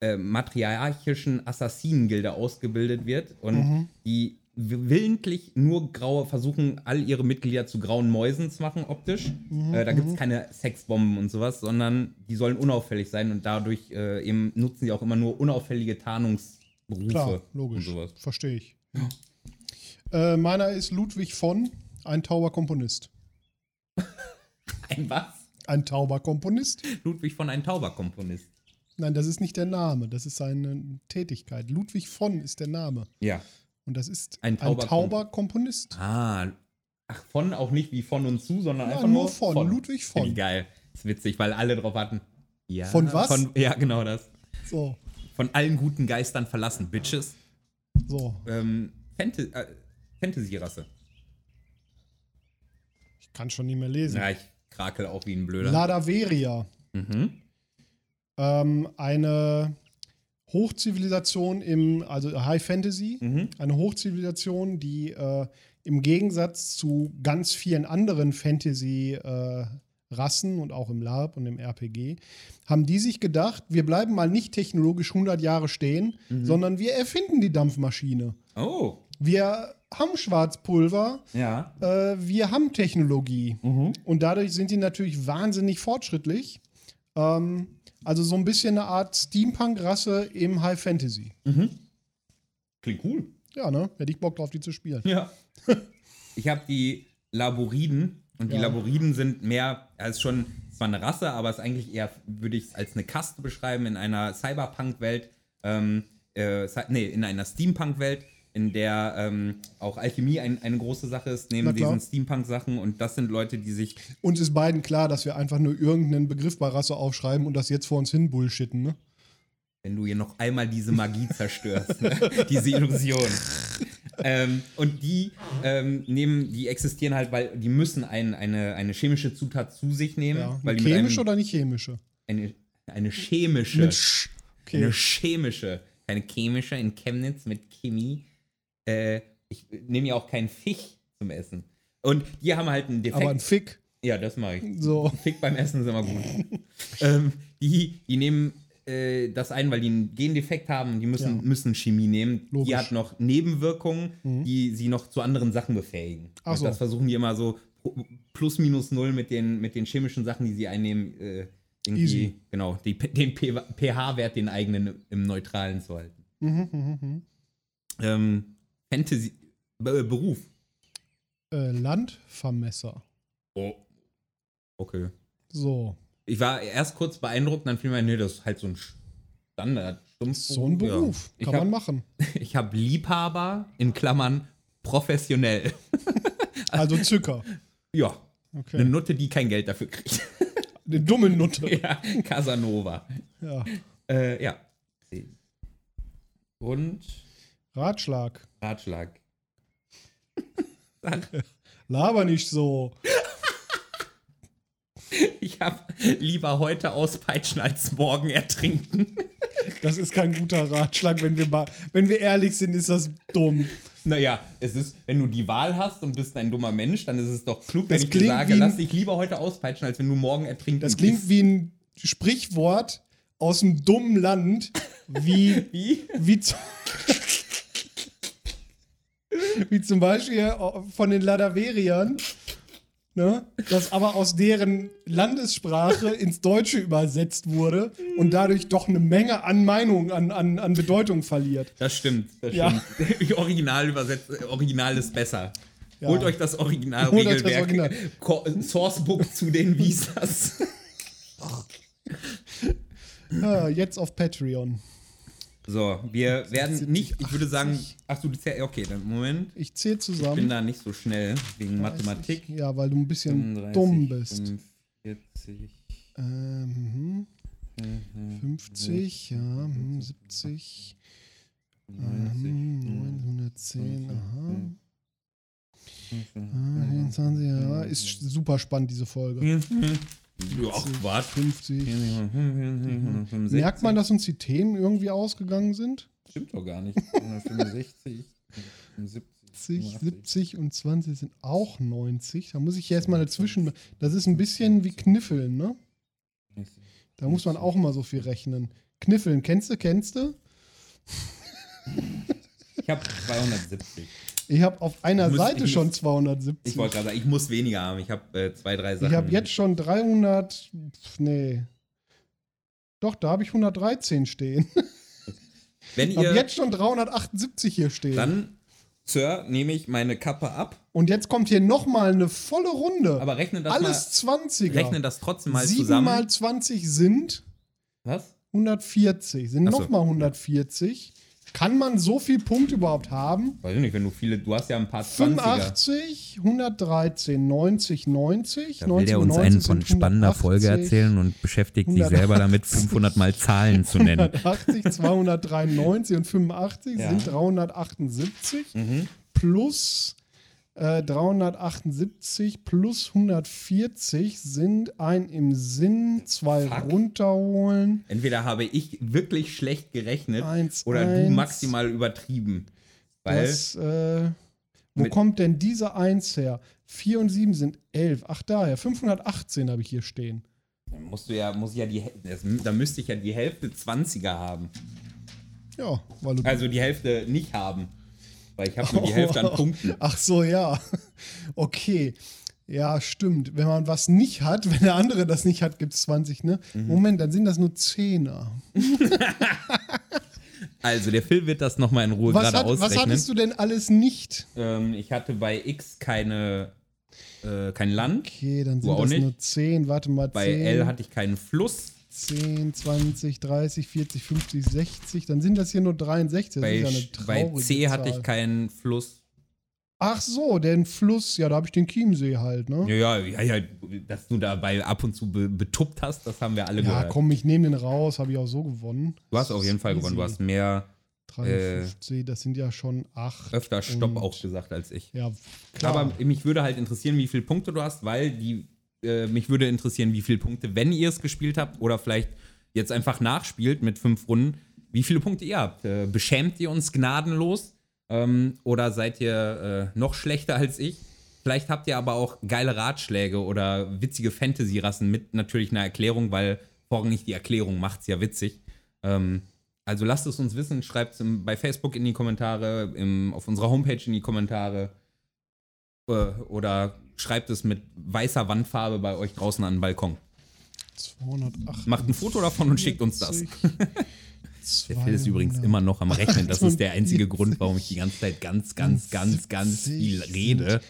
Speaker 1: äh, matriarchischen Assassinengilde ausgebildet wird und
Speaker 2: Mhm.
Speaker 1: die willentlich nur graue versuchen, all ihre Mitglieder zu grauen Mäusen zu machen, optisch.
Speaker 2: Mhm.
Speaker 1: Äh, da gibt es keine Sexbomben und sowas, sondern die sollen unauffällig sein und dadurch äh, eben nutzen sie auch immer nur unauffällige Tarnungsberufe
Speaker 2: Klar,
Speaker 1: und
Speaker 2: logisch.
Speaker 1: sowas. *laughs*
Speaker 2: Verstehe ich. Äh, meiner ist Ludwig von, ein tauber Komponist.
Speaker 1: Ein was?
Speaker 2: Ein tauber Komponist?
Speaker 1: Ludwig von ein Tauberkomponist.
Speaker 2: Nein, das ist nicht der Name, das ist seine Tätigkeit. Ludwig von ist der Name.
Speaker 1: Ja.
Speaker 2: Und das ist
Speaker 1: Ein
Speaker 2: ein
Speaker 1: tauber-
Speaker 2: tauber, Komponist.
Speaker 1: Ah, ach, von auch nicht wie von und zu, sondern
Speaker 2: Ja,
Speaker 1: einfach
Speaker 2: nur
Speaker 1: nur
Speaker 2: von, Ludwig von.
Speaker 1: Find ich geil. Ist witzig, weil alle drauf hatten. Ja,
Speaker 2: Von was?
Speaker 1: ja, genau das.
Speaker 2: So,
Speaker 1: Von allen guten Geistern verlassen, Bitches.
Speaker 2: so.
Speaker 1: Ähm, Fanta äh, Fantasy-Rasse.
Speaker 2: Ich kann schon nicht mehr lesen.
Speaker 1: Ja, ich krakel auch wie ein Blöder.
Speaker 2: Ladaveria.
Speaker 1: mhm.
Speaker 2: Ähm, eine Hochzivilisation im, also High Fantasy.
Speaker 1: Mhm.
Speaker 2: Eine Hochzivilisation, die äh, im Gegensatz zu ganz vielen anderen Fantasy-Rassen und auch im LARP und im RPG, haben die sich gedacht, wir bleiben mal nicht technologisch 100 Jahre stehen,
Speaker 1: Mhm.
Speaker 2: sondern wir erfinden die Dampfmaschine.
Speaker 1: Oh,
Speaker 2: Wir haben Schwarzpulver,
Speaker 1: ja.
Speaker 2: äh, wir haben Technologie.
Speaker 1: Mhm.
Speaker 2: Und dadurch sind die natürlich wahnsinnig fortschrittlich. Ähm, also so ein bisschen eine Art Steampunk-Rasse im High Fantasy.
Speaker 1: Klingt cool.
Speaker 2: Ja, ne? Hätte ich Bock drauf, die zu spielen.
Speaker 1: Ja. *laughs* ich habe die Laboriden und die
Speaker 2: Ja.
Speaker 1: Laboriden sind mehr, ja, ist schon zwar eine Rasse, aber ist eigentlich eher, würde ich es als eine Kaste beschreiben, in einer Cyberpunk-Welt, ähm, äh, Cy- nee, in einer Steampunk-Welt, in der ähm, auch Alchemie ein, eine große Sache ist,
Speaker 2: Na
Speaker 1: neben
Speaker 2: klar.
Speaker 1: diesen Steampunk-Sachen und das sind Leute, die sich
Speaker 2: Uns ist beiden klar, dass wir einfach nur irgendeinen Begriff bei Rasse aufschreiben und das jetzt vor uns hin bullshitten, ne?
Speaker 1: Wenn du hier noch einmal diese Magie zerstörst,
Speaker 2: *laughs*
Speaker 1: ne? diese Illusion. ähm, und die ähm, nehmen, die existieren halt, weil die müssen ein, eine, eine chemische Zutat zu sich nehmen.
Speaker 2: Ja.
Speaker 1: weil die mit
Speaker 2: chemische
Speaker 1: einem,
Speaker 2: oder nicht chemische?
Speaker 1: eine, eine chemische.
Speaker 2: Mit Sch.
Speaker 1: Eine
Speaker 2: Okay.
Speaker 1: chemische. Keine chemische in Chemnitz mit Chemie. Äh, ich nehme ja auch keinen Fisch zum Essen. Und die haben halt einen Defekt.
Speaker 2: Aber ein Fick.
Speaker 1: ja, das mache ich.
Speaker 2: So. *laughs*
Speaker 1: Fick beim Essen ist immer gut. ähm, die, die nehmen äh, das ein, weil die einen Gendefekt haben und die müssen,
Speaker 2: Ja.
Speaker 1: müssen Chemie nehmen.
Speaker 2: Logisch. Mhm.
Speaker 1: Die hat noch Nebenwirkungen, die sie noch zu anderen Sachen befähigen.
Speaker 2: Ach
Speaker 1: und
Speaker 2: so.
Speaker 1: das versuchen die immer so pro- plus minus null mit den, mit den chemischen Sachen, die sie einnehmen, äh, irgendwie,
Speaker 2: Easy.
Speaker 1: genau, die, P- den P- pH-Wert, den eigenen im Neutralen zu halten.
Speaker 2: Mhm, mhm, mhm.
Speaker 1: Ähm, Fantasy, Be- Beruf.
Speaker 2: Äh, Landvermesser.
Speaker 1: Oh. Okay.
Speaker 2: So.
Speaker 1: Ich war erst kurz beeindruckt, dann fiel mir, ein, nee, das ist halt so ein Standard.
Speaker 2: So ein Beruf.
Speaker 1: Oh, Ja. *laughs* Ich
Speaker 2: Kann man
Speaker 1: habe
Speaker 2: machen.
Speaker 1: hab Liebhaber in Klammern professionell. *laughs*
Speaker 2: Also *laughs* Zücker.
Speaker 1: Ja, eine
Speaker 2: Okay.
Speaker 1: Nutte, die kein Geld dafür kriegt. *laughs*
Speaker 2: Eine dumme *laughs* Nutte.
Speaker 1: ja, Casanova.
Speaker 2: Ja.
Speaker 1: Äh, ja. Und
Speaker 2: Ratschlag.
Speaker 1: Ratschlag. *laughs*
Speaker 2: Laber nicht so.
Speaker 1: Ich hab lieber heute auspeitschen als morgen ertrinken. *laughs*
Speaker 2: Das ist kein guter Ratschlag, wenn wir mal, wenn wir ehrlich sind, ist das dumm.
Speaker 1: Naja, es ist, wenn du die Wahl hast und bist ein dummer Mensch, dann ist es doch klug, wenn
Speaker 2: Das
Speaker 1: ich dir
Speaker 2: klingt
Speaker 1: sage,
Speaker 2: wie ein-
Speaker 1: lass dich lieber heute auspeitschen, als wenn du morgen ertrinken
Speaker 2: Das klingt wie ein Sprichwort aus einem dummen Land, wie,
Speaker 1: Wie?
Speaker 2: wie, zu, *laughs* wie zum Beispiel von den Ladaveriern, ne? das aber aus deren Landessprache ins Deutsche übersetzt wurde und dadurch doch eine Menge an Meinung, an, an, an Bedeutung verliert.
Speaker 1: Das stimmt, das
Speaker 2: Ja.
Speaker 1: stimmt. *laughs* Original übersetzt, äh, Original ist besser.
Speaker 2: Ja.
Speaker 1: Holt euch das
Speaker 2: Holt euch das
Speaker 1: Originalregelwerk.
Speaker 2: Original.
Speaker 1: Ko- äh, Sourcebook zu den Visas. *laughs*
Speaker 2: Ah, jetzt auf Patreon.
Speaker 1: So, wir werden nicht, ich würde sagen, ach so, die Zäh- okay, dann Moment.
Speaker 2: Ich zähle
Speaker 1: Ich bin
Speaker 2: zusammen.
Speaker 1: da nicht so schnell wegen Mathematik.
Speaker 2: Ja, weil du ein bisschen
Speaker 1: 35,
Speaker 2: dumm bist.
Speaker 1: 45.
Speaker 2: Ähm, hm. 50, ja, hm, 70, hm, 910, aha. Ah, 24, ja, ist sch- super spannend, diese Folge.
Speaker 1: Ach, Quatsch.
Speaker 2: 50.
Speaker 1: 65.
Speaker 2: Merkt man, dass uns die Themen irgendwie ausgegangen sind?
Speaker 1: Stimmt doch gar nicht. 65,
Speaker 2: 70,
Speaker 1: 70.
Speaker 2: 70 und 20 sind auch 90. Da muss ich jetzt mal dazwischen. Das ist ein bisschen wie Kniffeln, ne? Da muss man auch mal so viel rechnen. Kniffeln, kennst du, kennst du?
Speaker 1: Ich habe 270.
Speaker 2: Ich habe auf einer
Speaker 1: Du musst-
Speaker 2: Seite
Speaker 1: ich
Speaker 2: schon
Speaker 1: muss-
Speaker 2: 270.
Speaker 1: Ich wollte gerade sagen, ich muss weniger haben. Ich habe äh, zwei, drei Sachen.
Speaker 2: Ich habe jetzt schon 300. pf, Nee. Doch, da habe ich 113 stehen. *laughs*
Speaker 1: Wenn
Speaker 2: Ich habe
Speaker 1: ihr,
Speaker 2: jetzt schon 378 hier stehen.
Speaker 1: dann, Sir, nehme ich meine Kappe ab.
Speaker 2: Und jetzt kommt hier nochmal eine volle Runde.
Speaker 1: Aber rechne das
Speaker 2: Alles
Speaker 1: mal.
Speaker 2: 20er.
Speaker 1: Rechne das trotzdem mal
Speaker 2: 7
Speaker 1: zusammen.
Speaker 2: mal 20 sind
Speaker 1: Was?
Speaker 2: 140. Sind
Speaker 1: Ach so.
Speaker 2: nochmal 140. Kann man so viel Punkt überhaupt haben?
Speaker 1: Weiß ich nicht, wenn du viele, du hast ja ein paar 20er.
Speaker 2: 85, 113, 90, 90.
Speaker 1: Da will der uns
Speaker 2: 19,
Speaker 1: einen von
Speaker 2: sind
Speaker 1: spannender Folge
Speaker 2: 180.
Speaker 1: erzählen und beschäftigt sich
Speaker 2: 180.
Speaker 1: selber damit, 500 Mal Zahlen zu
Speaker 2: *laughs*
Speaker 1: nennen.
Speaker 2: 180, 293 und 85
Speaker 1: Ja.
Speaker 2: sind 378
Speaker 1: Mhm.
Speaker 2: plus äh, 378 plus 140 sind ein im Sinn, zwei
Speaker 1: Fuck.
Speaker 2: runterholen.
Speaker 1: Entweder habe ich wirklich schlecht gerechnet
Speaker 2: Eins,
Speaker 1: oder
Speaker 2: eins.
Speaker 1: du maximal übertrieben. Weil
Speaker 2: das, äh, Wo
Speaker 1: Mit-
Speaker 2: kommt denn diese 1 her? 4 und 7 sind 11. Ach, daher. 518 habe ich hier stehen.
Speaker 1: Dann musst du ja, muss ich ja die, Häl- das- da müsste ich ja die Hälfte 20er haben.
Speaker 2: Ja, weil du.
Speaker 1: Also die Hälfte nicht haben. Weil ich habe nur Also
Speaker 2: *laughs*
Speaker 1: die Hälfte an Punkten.
Speaker 2: Ach so, ja. Okay. Ja, stimmt. Wenn man was nicht hat, *laughs* wenn der andere das nicht hat, gibt es 20, ne?
Speaker 1: Mhm.
Speaker 2: Moment, dann sind das nur Zehner.
Speaker 1: Also der Phil wird das nochmal in Ruhe
Speaker 2: Was,
Speaker 1: gerade
Speaker 2: hat, was
Speaker 1: ausrechnen.
Speaker 2: hattest du denn alles nicht?
Speaker 1: ähm, ich hatte bei X keine, äh, kein Land.
Speaker 2: Okay, dann
Speaker 1: Du
Speaker 2: sind
Speaker 1: auch
Speaker 2: das
Speaker 1: nicht?
Speaker 2: nur 10. Warte mal, 10.
Speaker 1: Bei L hatte ich keinen Fluss.
Speaker 2: 10, 20, 30, 40, 50, 60. Dann sind das hier nur 63. Das
Speaker 1: Bei,
Speaker 2: ist ja eine
Speaker 1: Sch- bei
Speaker 2: traurige
Speaker 1: C hatte
Speaker 2: Zahl.
Speaker 1: ich keinen Fluss.
Speaker 2: Ach so, den Fluss. Ja, da habe ich den Chiemsee halt, ne?
Speaker 1: Ja, ja, ja, ja, dass du dabei ab und zu be betuppt hast, das haben wir alle
Speaker 2: Ja,
Speaker 1: gehört.
Speaker 2: komm, ich nehme den raus. Habe ich auch so gewonnen.
Speaker 1: Du hast auf jeden Fall gewonnen. Du hast mehr
Speaker 2: 53, Äh, das sind ja schon 8.
Speaker 1: öfter Stopp
Speaker 2: Und-
Speaker 1: auch gesagt als ich.
Speaker 2: Ja, klar.
Speaker 1: Aber mich würde halt interessieren, wie viele Punkte du hast, weil die, äh, mich würde interessieren, wie viele Punkte, wenn ihr es gespielt habt oder vielleicht jetzt einfach nachspielt mit fünf Runden, wie viele Punkte ihr habt. Äh, beschämt ihr uns gnadenlos ähm, oder seid ihr äh, noch schlechter als ich? Vielleicht habt ihr aber auch geile Ratschläge oder witzige Fantasy-Rassen mit natürlich einer Erklärung, weil vorrangig die Erklärung macht's ja witzig. Ähm, also lasst es uns wissen, schreibt es bei Facebook in die Kommentare, im, auf unserer Homepage in die Kommentare äh, oder schreibt es mit weißer Wandfarbe bei euch draußen an den Balkon.
Speaker 2: 208.
Speaker 1: Macht ein Foto davon und schickt uns
Speaker 2: *laughs*
Speaker 1: das. Der Phil ist übrigens immer noch am Rechnen. Das ist der einzige Grund, warum ich die ganze Zeit ganz, ganz, ganz, ganz viel rede.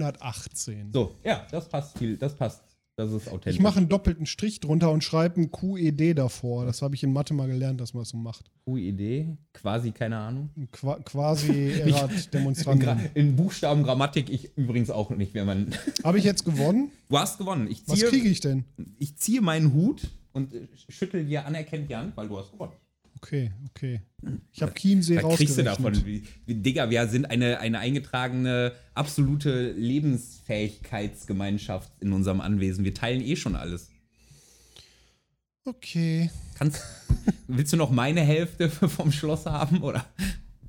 Speaker 2: 318.
Speaker 1: So, ja, das passt viel, das passt. Das ist authentisch.
Speaker 2: Ich mache einen doppelten Strich drunter und schreibe ein QED davor. Das habe ich in Mathe mal gelernt, dass man das so macht.
Speaker 1: QID, quasi keine Ahnung.
Speaker 2: Ein Qua
Speaker 1: *laughs*
Speaker 2: quasi
Speaker 1: In, Gra
Speaker 2: Erat-Demonstranten.
Speaker 1: in Buchstaben Grammatik ich übrigens auch nicht, wenn man.
Speaker 2: Habe ich jetzt gewonnen?
Speaker 1: *laughs* Du hast gewonnen. Ich
Speaker 2: Was
Speaker 1: ziehe,
Speaker 2: kriege ich denn?
Speaker 1: ich ziehe meinen Hut und äh, schüttel dir anerkennt die Hand, weil du hast gewonnen.
Speaker 2: Okay, okay. Ich habe Chiemsee
Speaker 1: Was kriegst du
Speaker 2: rausgerechnet.
Speaker 1: davon? Wie, wie, Digga, wir sind eine, eine eingetragene, absolute Lebensfähigkeitsgemeinschaft in unserem Anwesen. Wir teilen eh schon alles.
Speaker 2: Okay.
Speaker 1: Kannst, *laughs* willst du noch meine Hälfte *laughs* vom Schloss haben? Oder?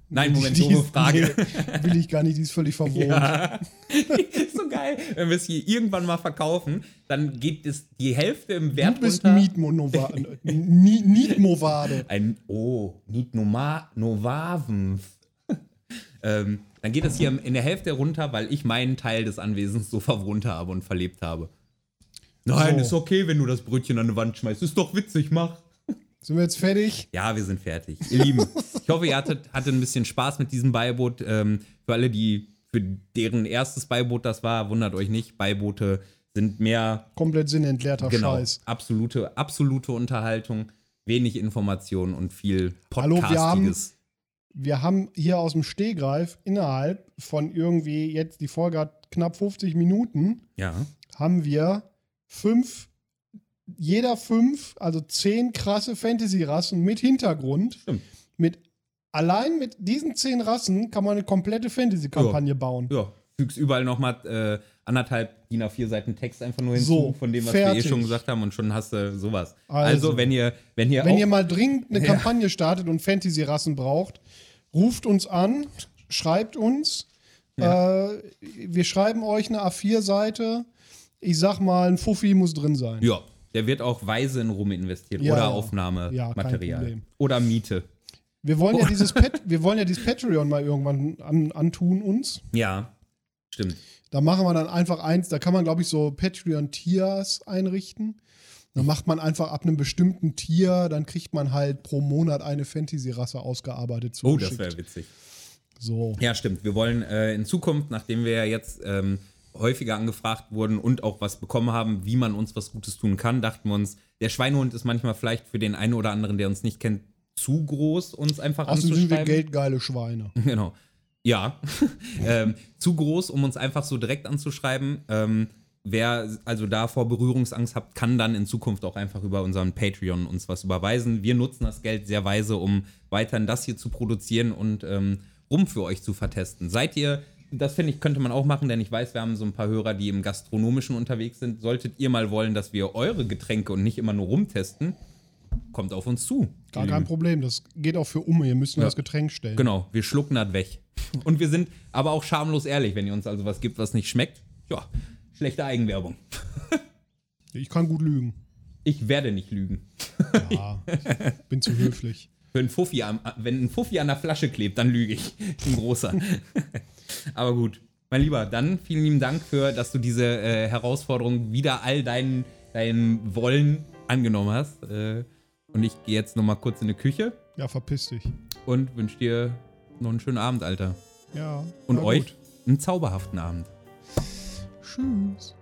Speaker 1: Nein, Moment,
Speaker 2: Die
Speaker 1: dumme
Speaker 2: ist-
Speaker 1: Frage.
Speaker 2: nee, Will ich gar nicht, die
Speaker 1: *laughs*
Speaker 2: ist völlig verwoben.
Speaker 1: Ja. *laughs* ist so geil. Wenn wir es hier irgendwann mal verkaufen, dann geht es die Hälfte im Wert
Speaker 2: Du bist
Speaker 1: runter.
Speaker 2: Mietmonovade. Mietmovade.
Speaker 1: Ein Oh, nicht Noma- Novaven. *laughs* ähm, dann geht das hier in der Hälfte runter, weil ich meinen Teil des Anwesens so verwohnt habe und verlebt habe. Nein,
Speaker 2: So.
Speaker 1: ist okay, wenn du das Brötchen an die Wand schmeißt. Ist doch witzig, mach.
Speaker 2: Sind wir jetzt fertig?
Speaker 1: Ja, wir sind fertig. Ihr Lieben, ich hoffe, ihr hattet, hattet ein bisschen Spaß mit diesem Beiboot. Ähm, für alle, die für deren erstes Beiboot das war, wundert euch nicht. Beiboote sind mehr
Speaker 2: Komplett sinnentleerter
Speaker 1: genau,
Speaker 2: Scheiß.
Speaker 1: absolute, absolute Unterhaltung, wenig Information und viel
Speaker 2: Hallo, wir haben-
Speaker 1: Podcastiges.
Speaker 2: Wir haben hier aus dem Stehgreif innerhalb von irgendwie, jetzt die Folge hat knapp 50 Minuten,
Speaker 1: ja.
Speaker 2: haben wir fünf, jeder fünf, also zehn krasse Fantasy-Rassen mit Hintergrund.
Speaker 1: Stimmt.
Speaker 2: Mit, allein mit diesen zehn Rassen kann man eine komplette Fantasy-Kampagne bauen.
Speaker 1: ja, fügst überall nochmal äh, anderthalb DIN A4 Seiten Text einfach nur hinzu
Speaker 2: So,
Speaker 1: von dem, was wir eh
Speaker 2: fertig.
Speaker 1: schon gesagt haben und schon hast du sowas. Also,
Speaker 2: Also.
Speaker 1: wenn ihr, wenn ihr
Speaker 2: Wenn
Speaker 1: auch
Speaker 2: ihr mal dringend eine
Speaker 1: Ja.
Speaker 2: Kampagne startet und Fantasy-Rassen braucht, ruft uns an, schreibt uns. Äh, wir schreiben euch eine A4-Seite. Ich sag mal, ein Fuffi muss drin sein.
Speaker 1: ja, der wird auch weise in Rum investiert
Speaker 2: Ja,
Speaker 1: oder
Speaker 2: ja. Ja, kein
Speaker 1: Aufnahmematerial
Speaker 2: Problem.
Speaker 1: oder Miete.
Speaker 2: Wir, wollen
Speaker 1: Oh.
Speaker 2: ja
Speaker 1: *laughs*
Speaker 2: dieses Pat wir wollen ja dieses Patreon mal irgendwann an antun uns.
Speaker 1: Ja, stimmt.
Speaker 2: Da machen wir dann einfach eins, da kann man, glaube ich, so Patreon-Tiers einrichten. Dann macht man einfach ab einem bestimmten Tier, dann kriegt man halt pro Monat eine Fantasy-Rasse ausgearbeitet.
Speaker 1: Oh, das
Speaker 2: zugeschickt.
Speaker 1: wäre witzig.
Speaker 2: So.
Speaker 1: Ja, stimmt. Wir wollen äh, in Zukunft, nachdem wir ja jetzt ähm, häufiger angefragt wurden und auch was bekommen haben, wie man uns was Gutes tun kann, dachten wir uns, der Schweinehund ist manchmal vielleicht für den einen oder anderen, der uns nicht kennt, zu groß, uns einfach
Speaker 2: Außerdem sind wir
Speaker 1: anzuschreiben.
Speaker 2: geldgeile Schweine.
Speaker 1: *laughs* Genau. Ja. *laughs* ähm, zu groß, um uns einfach so direkt anzuschreiben. Ähm, wer also davor Berührungsangst hat, kann dann in Zukunft auch einfach über unseren Patreon uns was überweisen. Wir nutzen das Geld sehr weise, um weiterhin das hier zu produzieren und ähm, rum für euch zu vertesten. Seid ihr. Das finde ich, könnte man auch machen, denn ich weiß, wir haben so ein paar Hörer, die im Gastronomischen unterwegs sind. Solltet ihr mal wollen, dass wir eure Getränke und nicht immer nur rumtesten, kommt auf uns zu.
Speaker 2: Gar kein Problem, das geht auch für Umme. Ihr müsst nur
Speaker 1: Mhm. Ja.
Speaker 2: das Getränk stellen.
Speaker 1: Genau, wir schlucken das weg. Und wir sind aber auch schamlos ehrlich, wenn ihr uns also was gibt, was nicht schmeckt. Ja, schlechte Eigenwerbung.
Speaker 2: Ich kann
Speaker 1: *laughs*
Speaker 2: gut lügen.
Speaker 1: Ich werde nicht lügen.
Speaker 2: Ja, ich bin zu höflich.
Speaker 1: Wenn ein, Fuffi am, wenn ein Fuffi an der Flasche klebt, dann lüge ich. Ein großer. *laughs* Aber gut, mein Lieber, dann vielen lieben Dank für, dass du diese äh, Herausforderung wieder all dein, deinem Wollen angenommen hast. Äh, und ich gehe jetzt nochmal kurz in die Küche
Speaker 2: Ja, verpiss dich.
Speaker 1: und wünsche dir noch einen schönen Abend, Alter.
Speaker 2: Ja.
Speaker 1: Und
Speaker 2: na
Speaker 1: euch
Speaker 2: gut.
Speaker 1: einen zauberhaften Abend.
Speaker 2: Tschüss.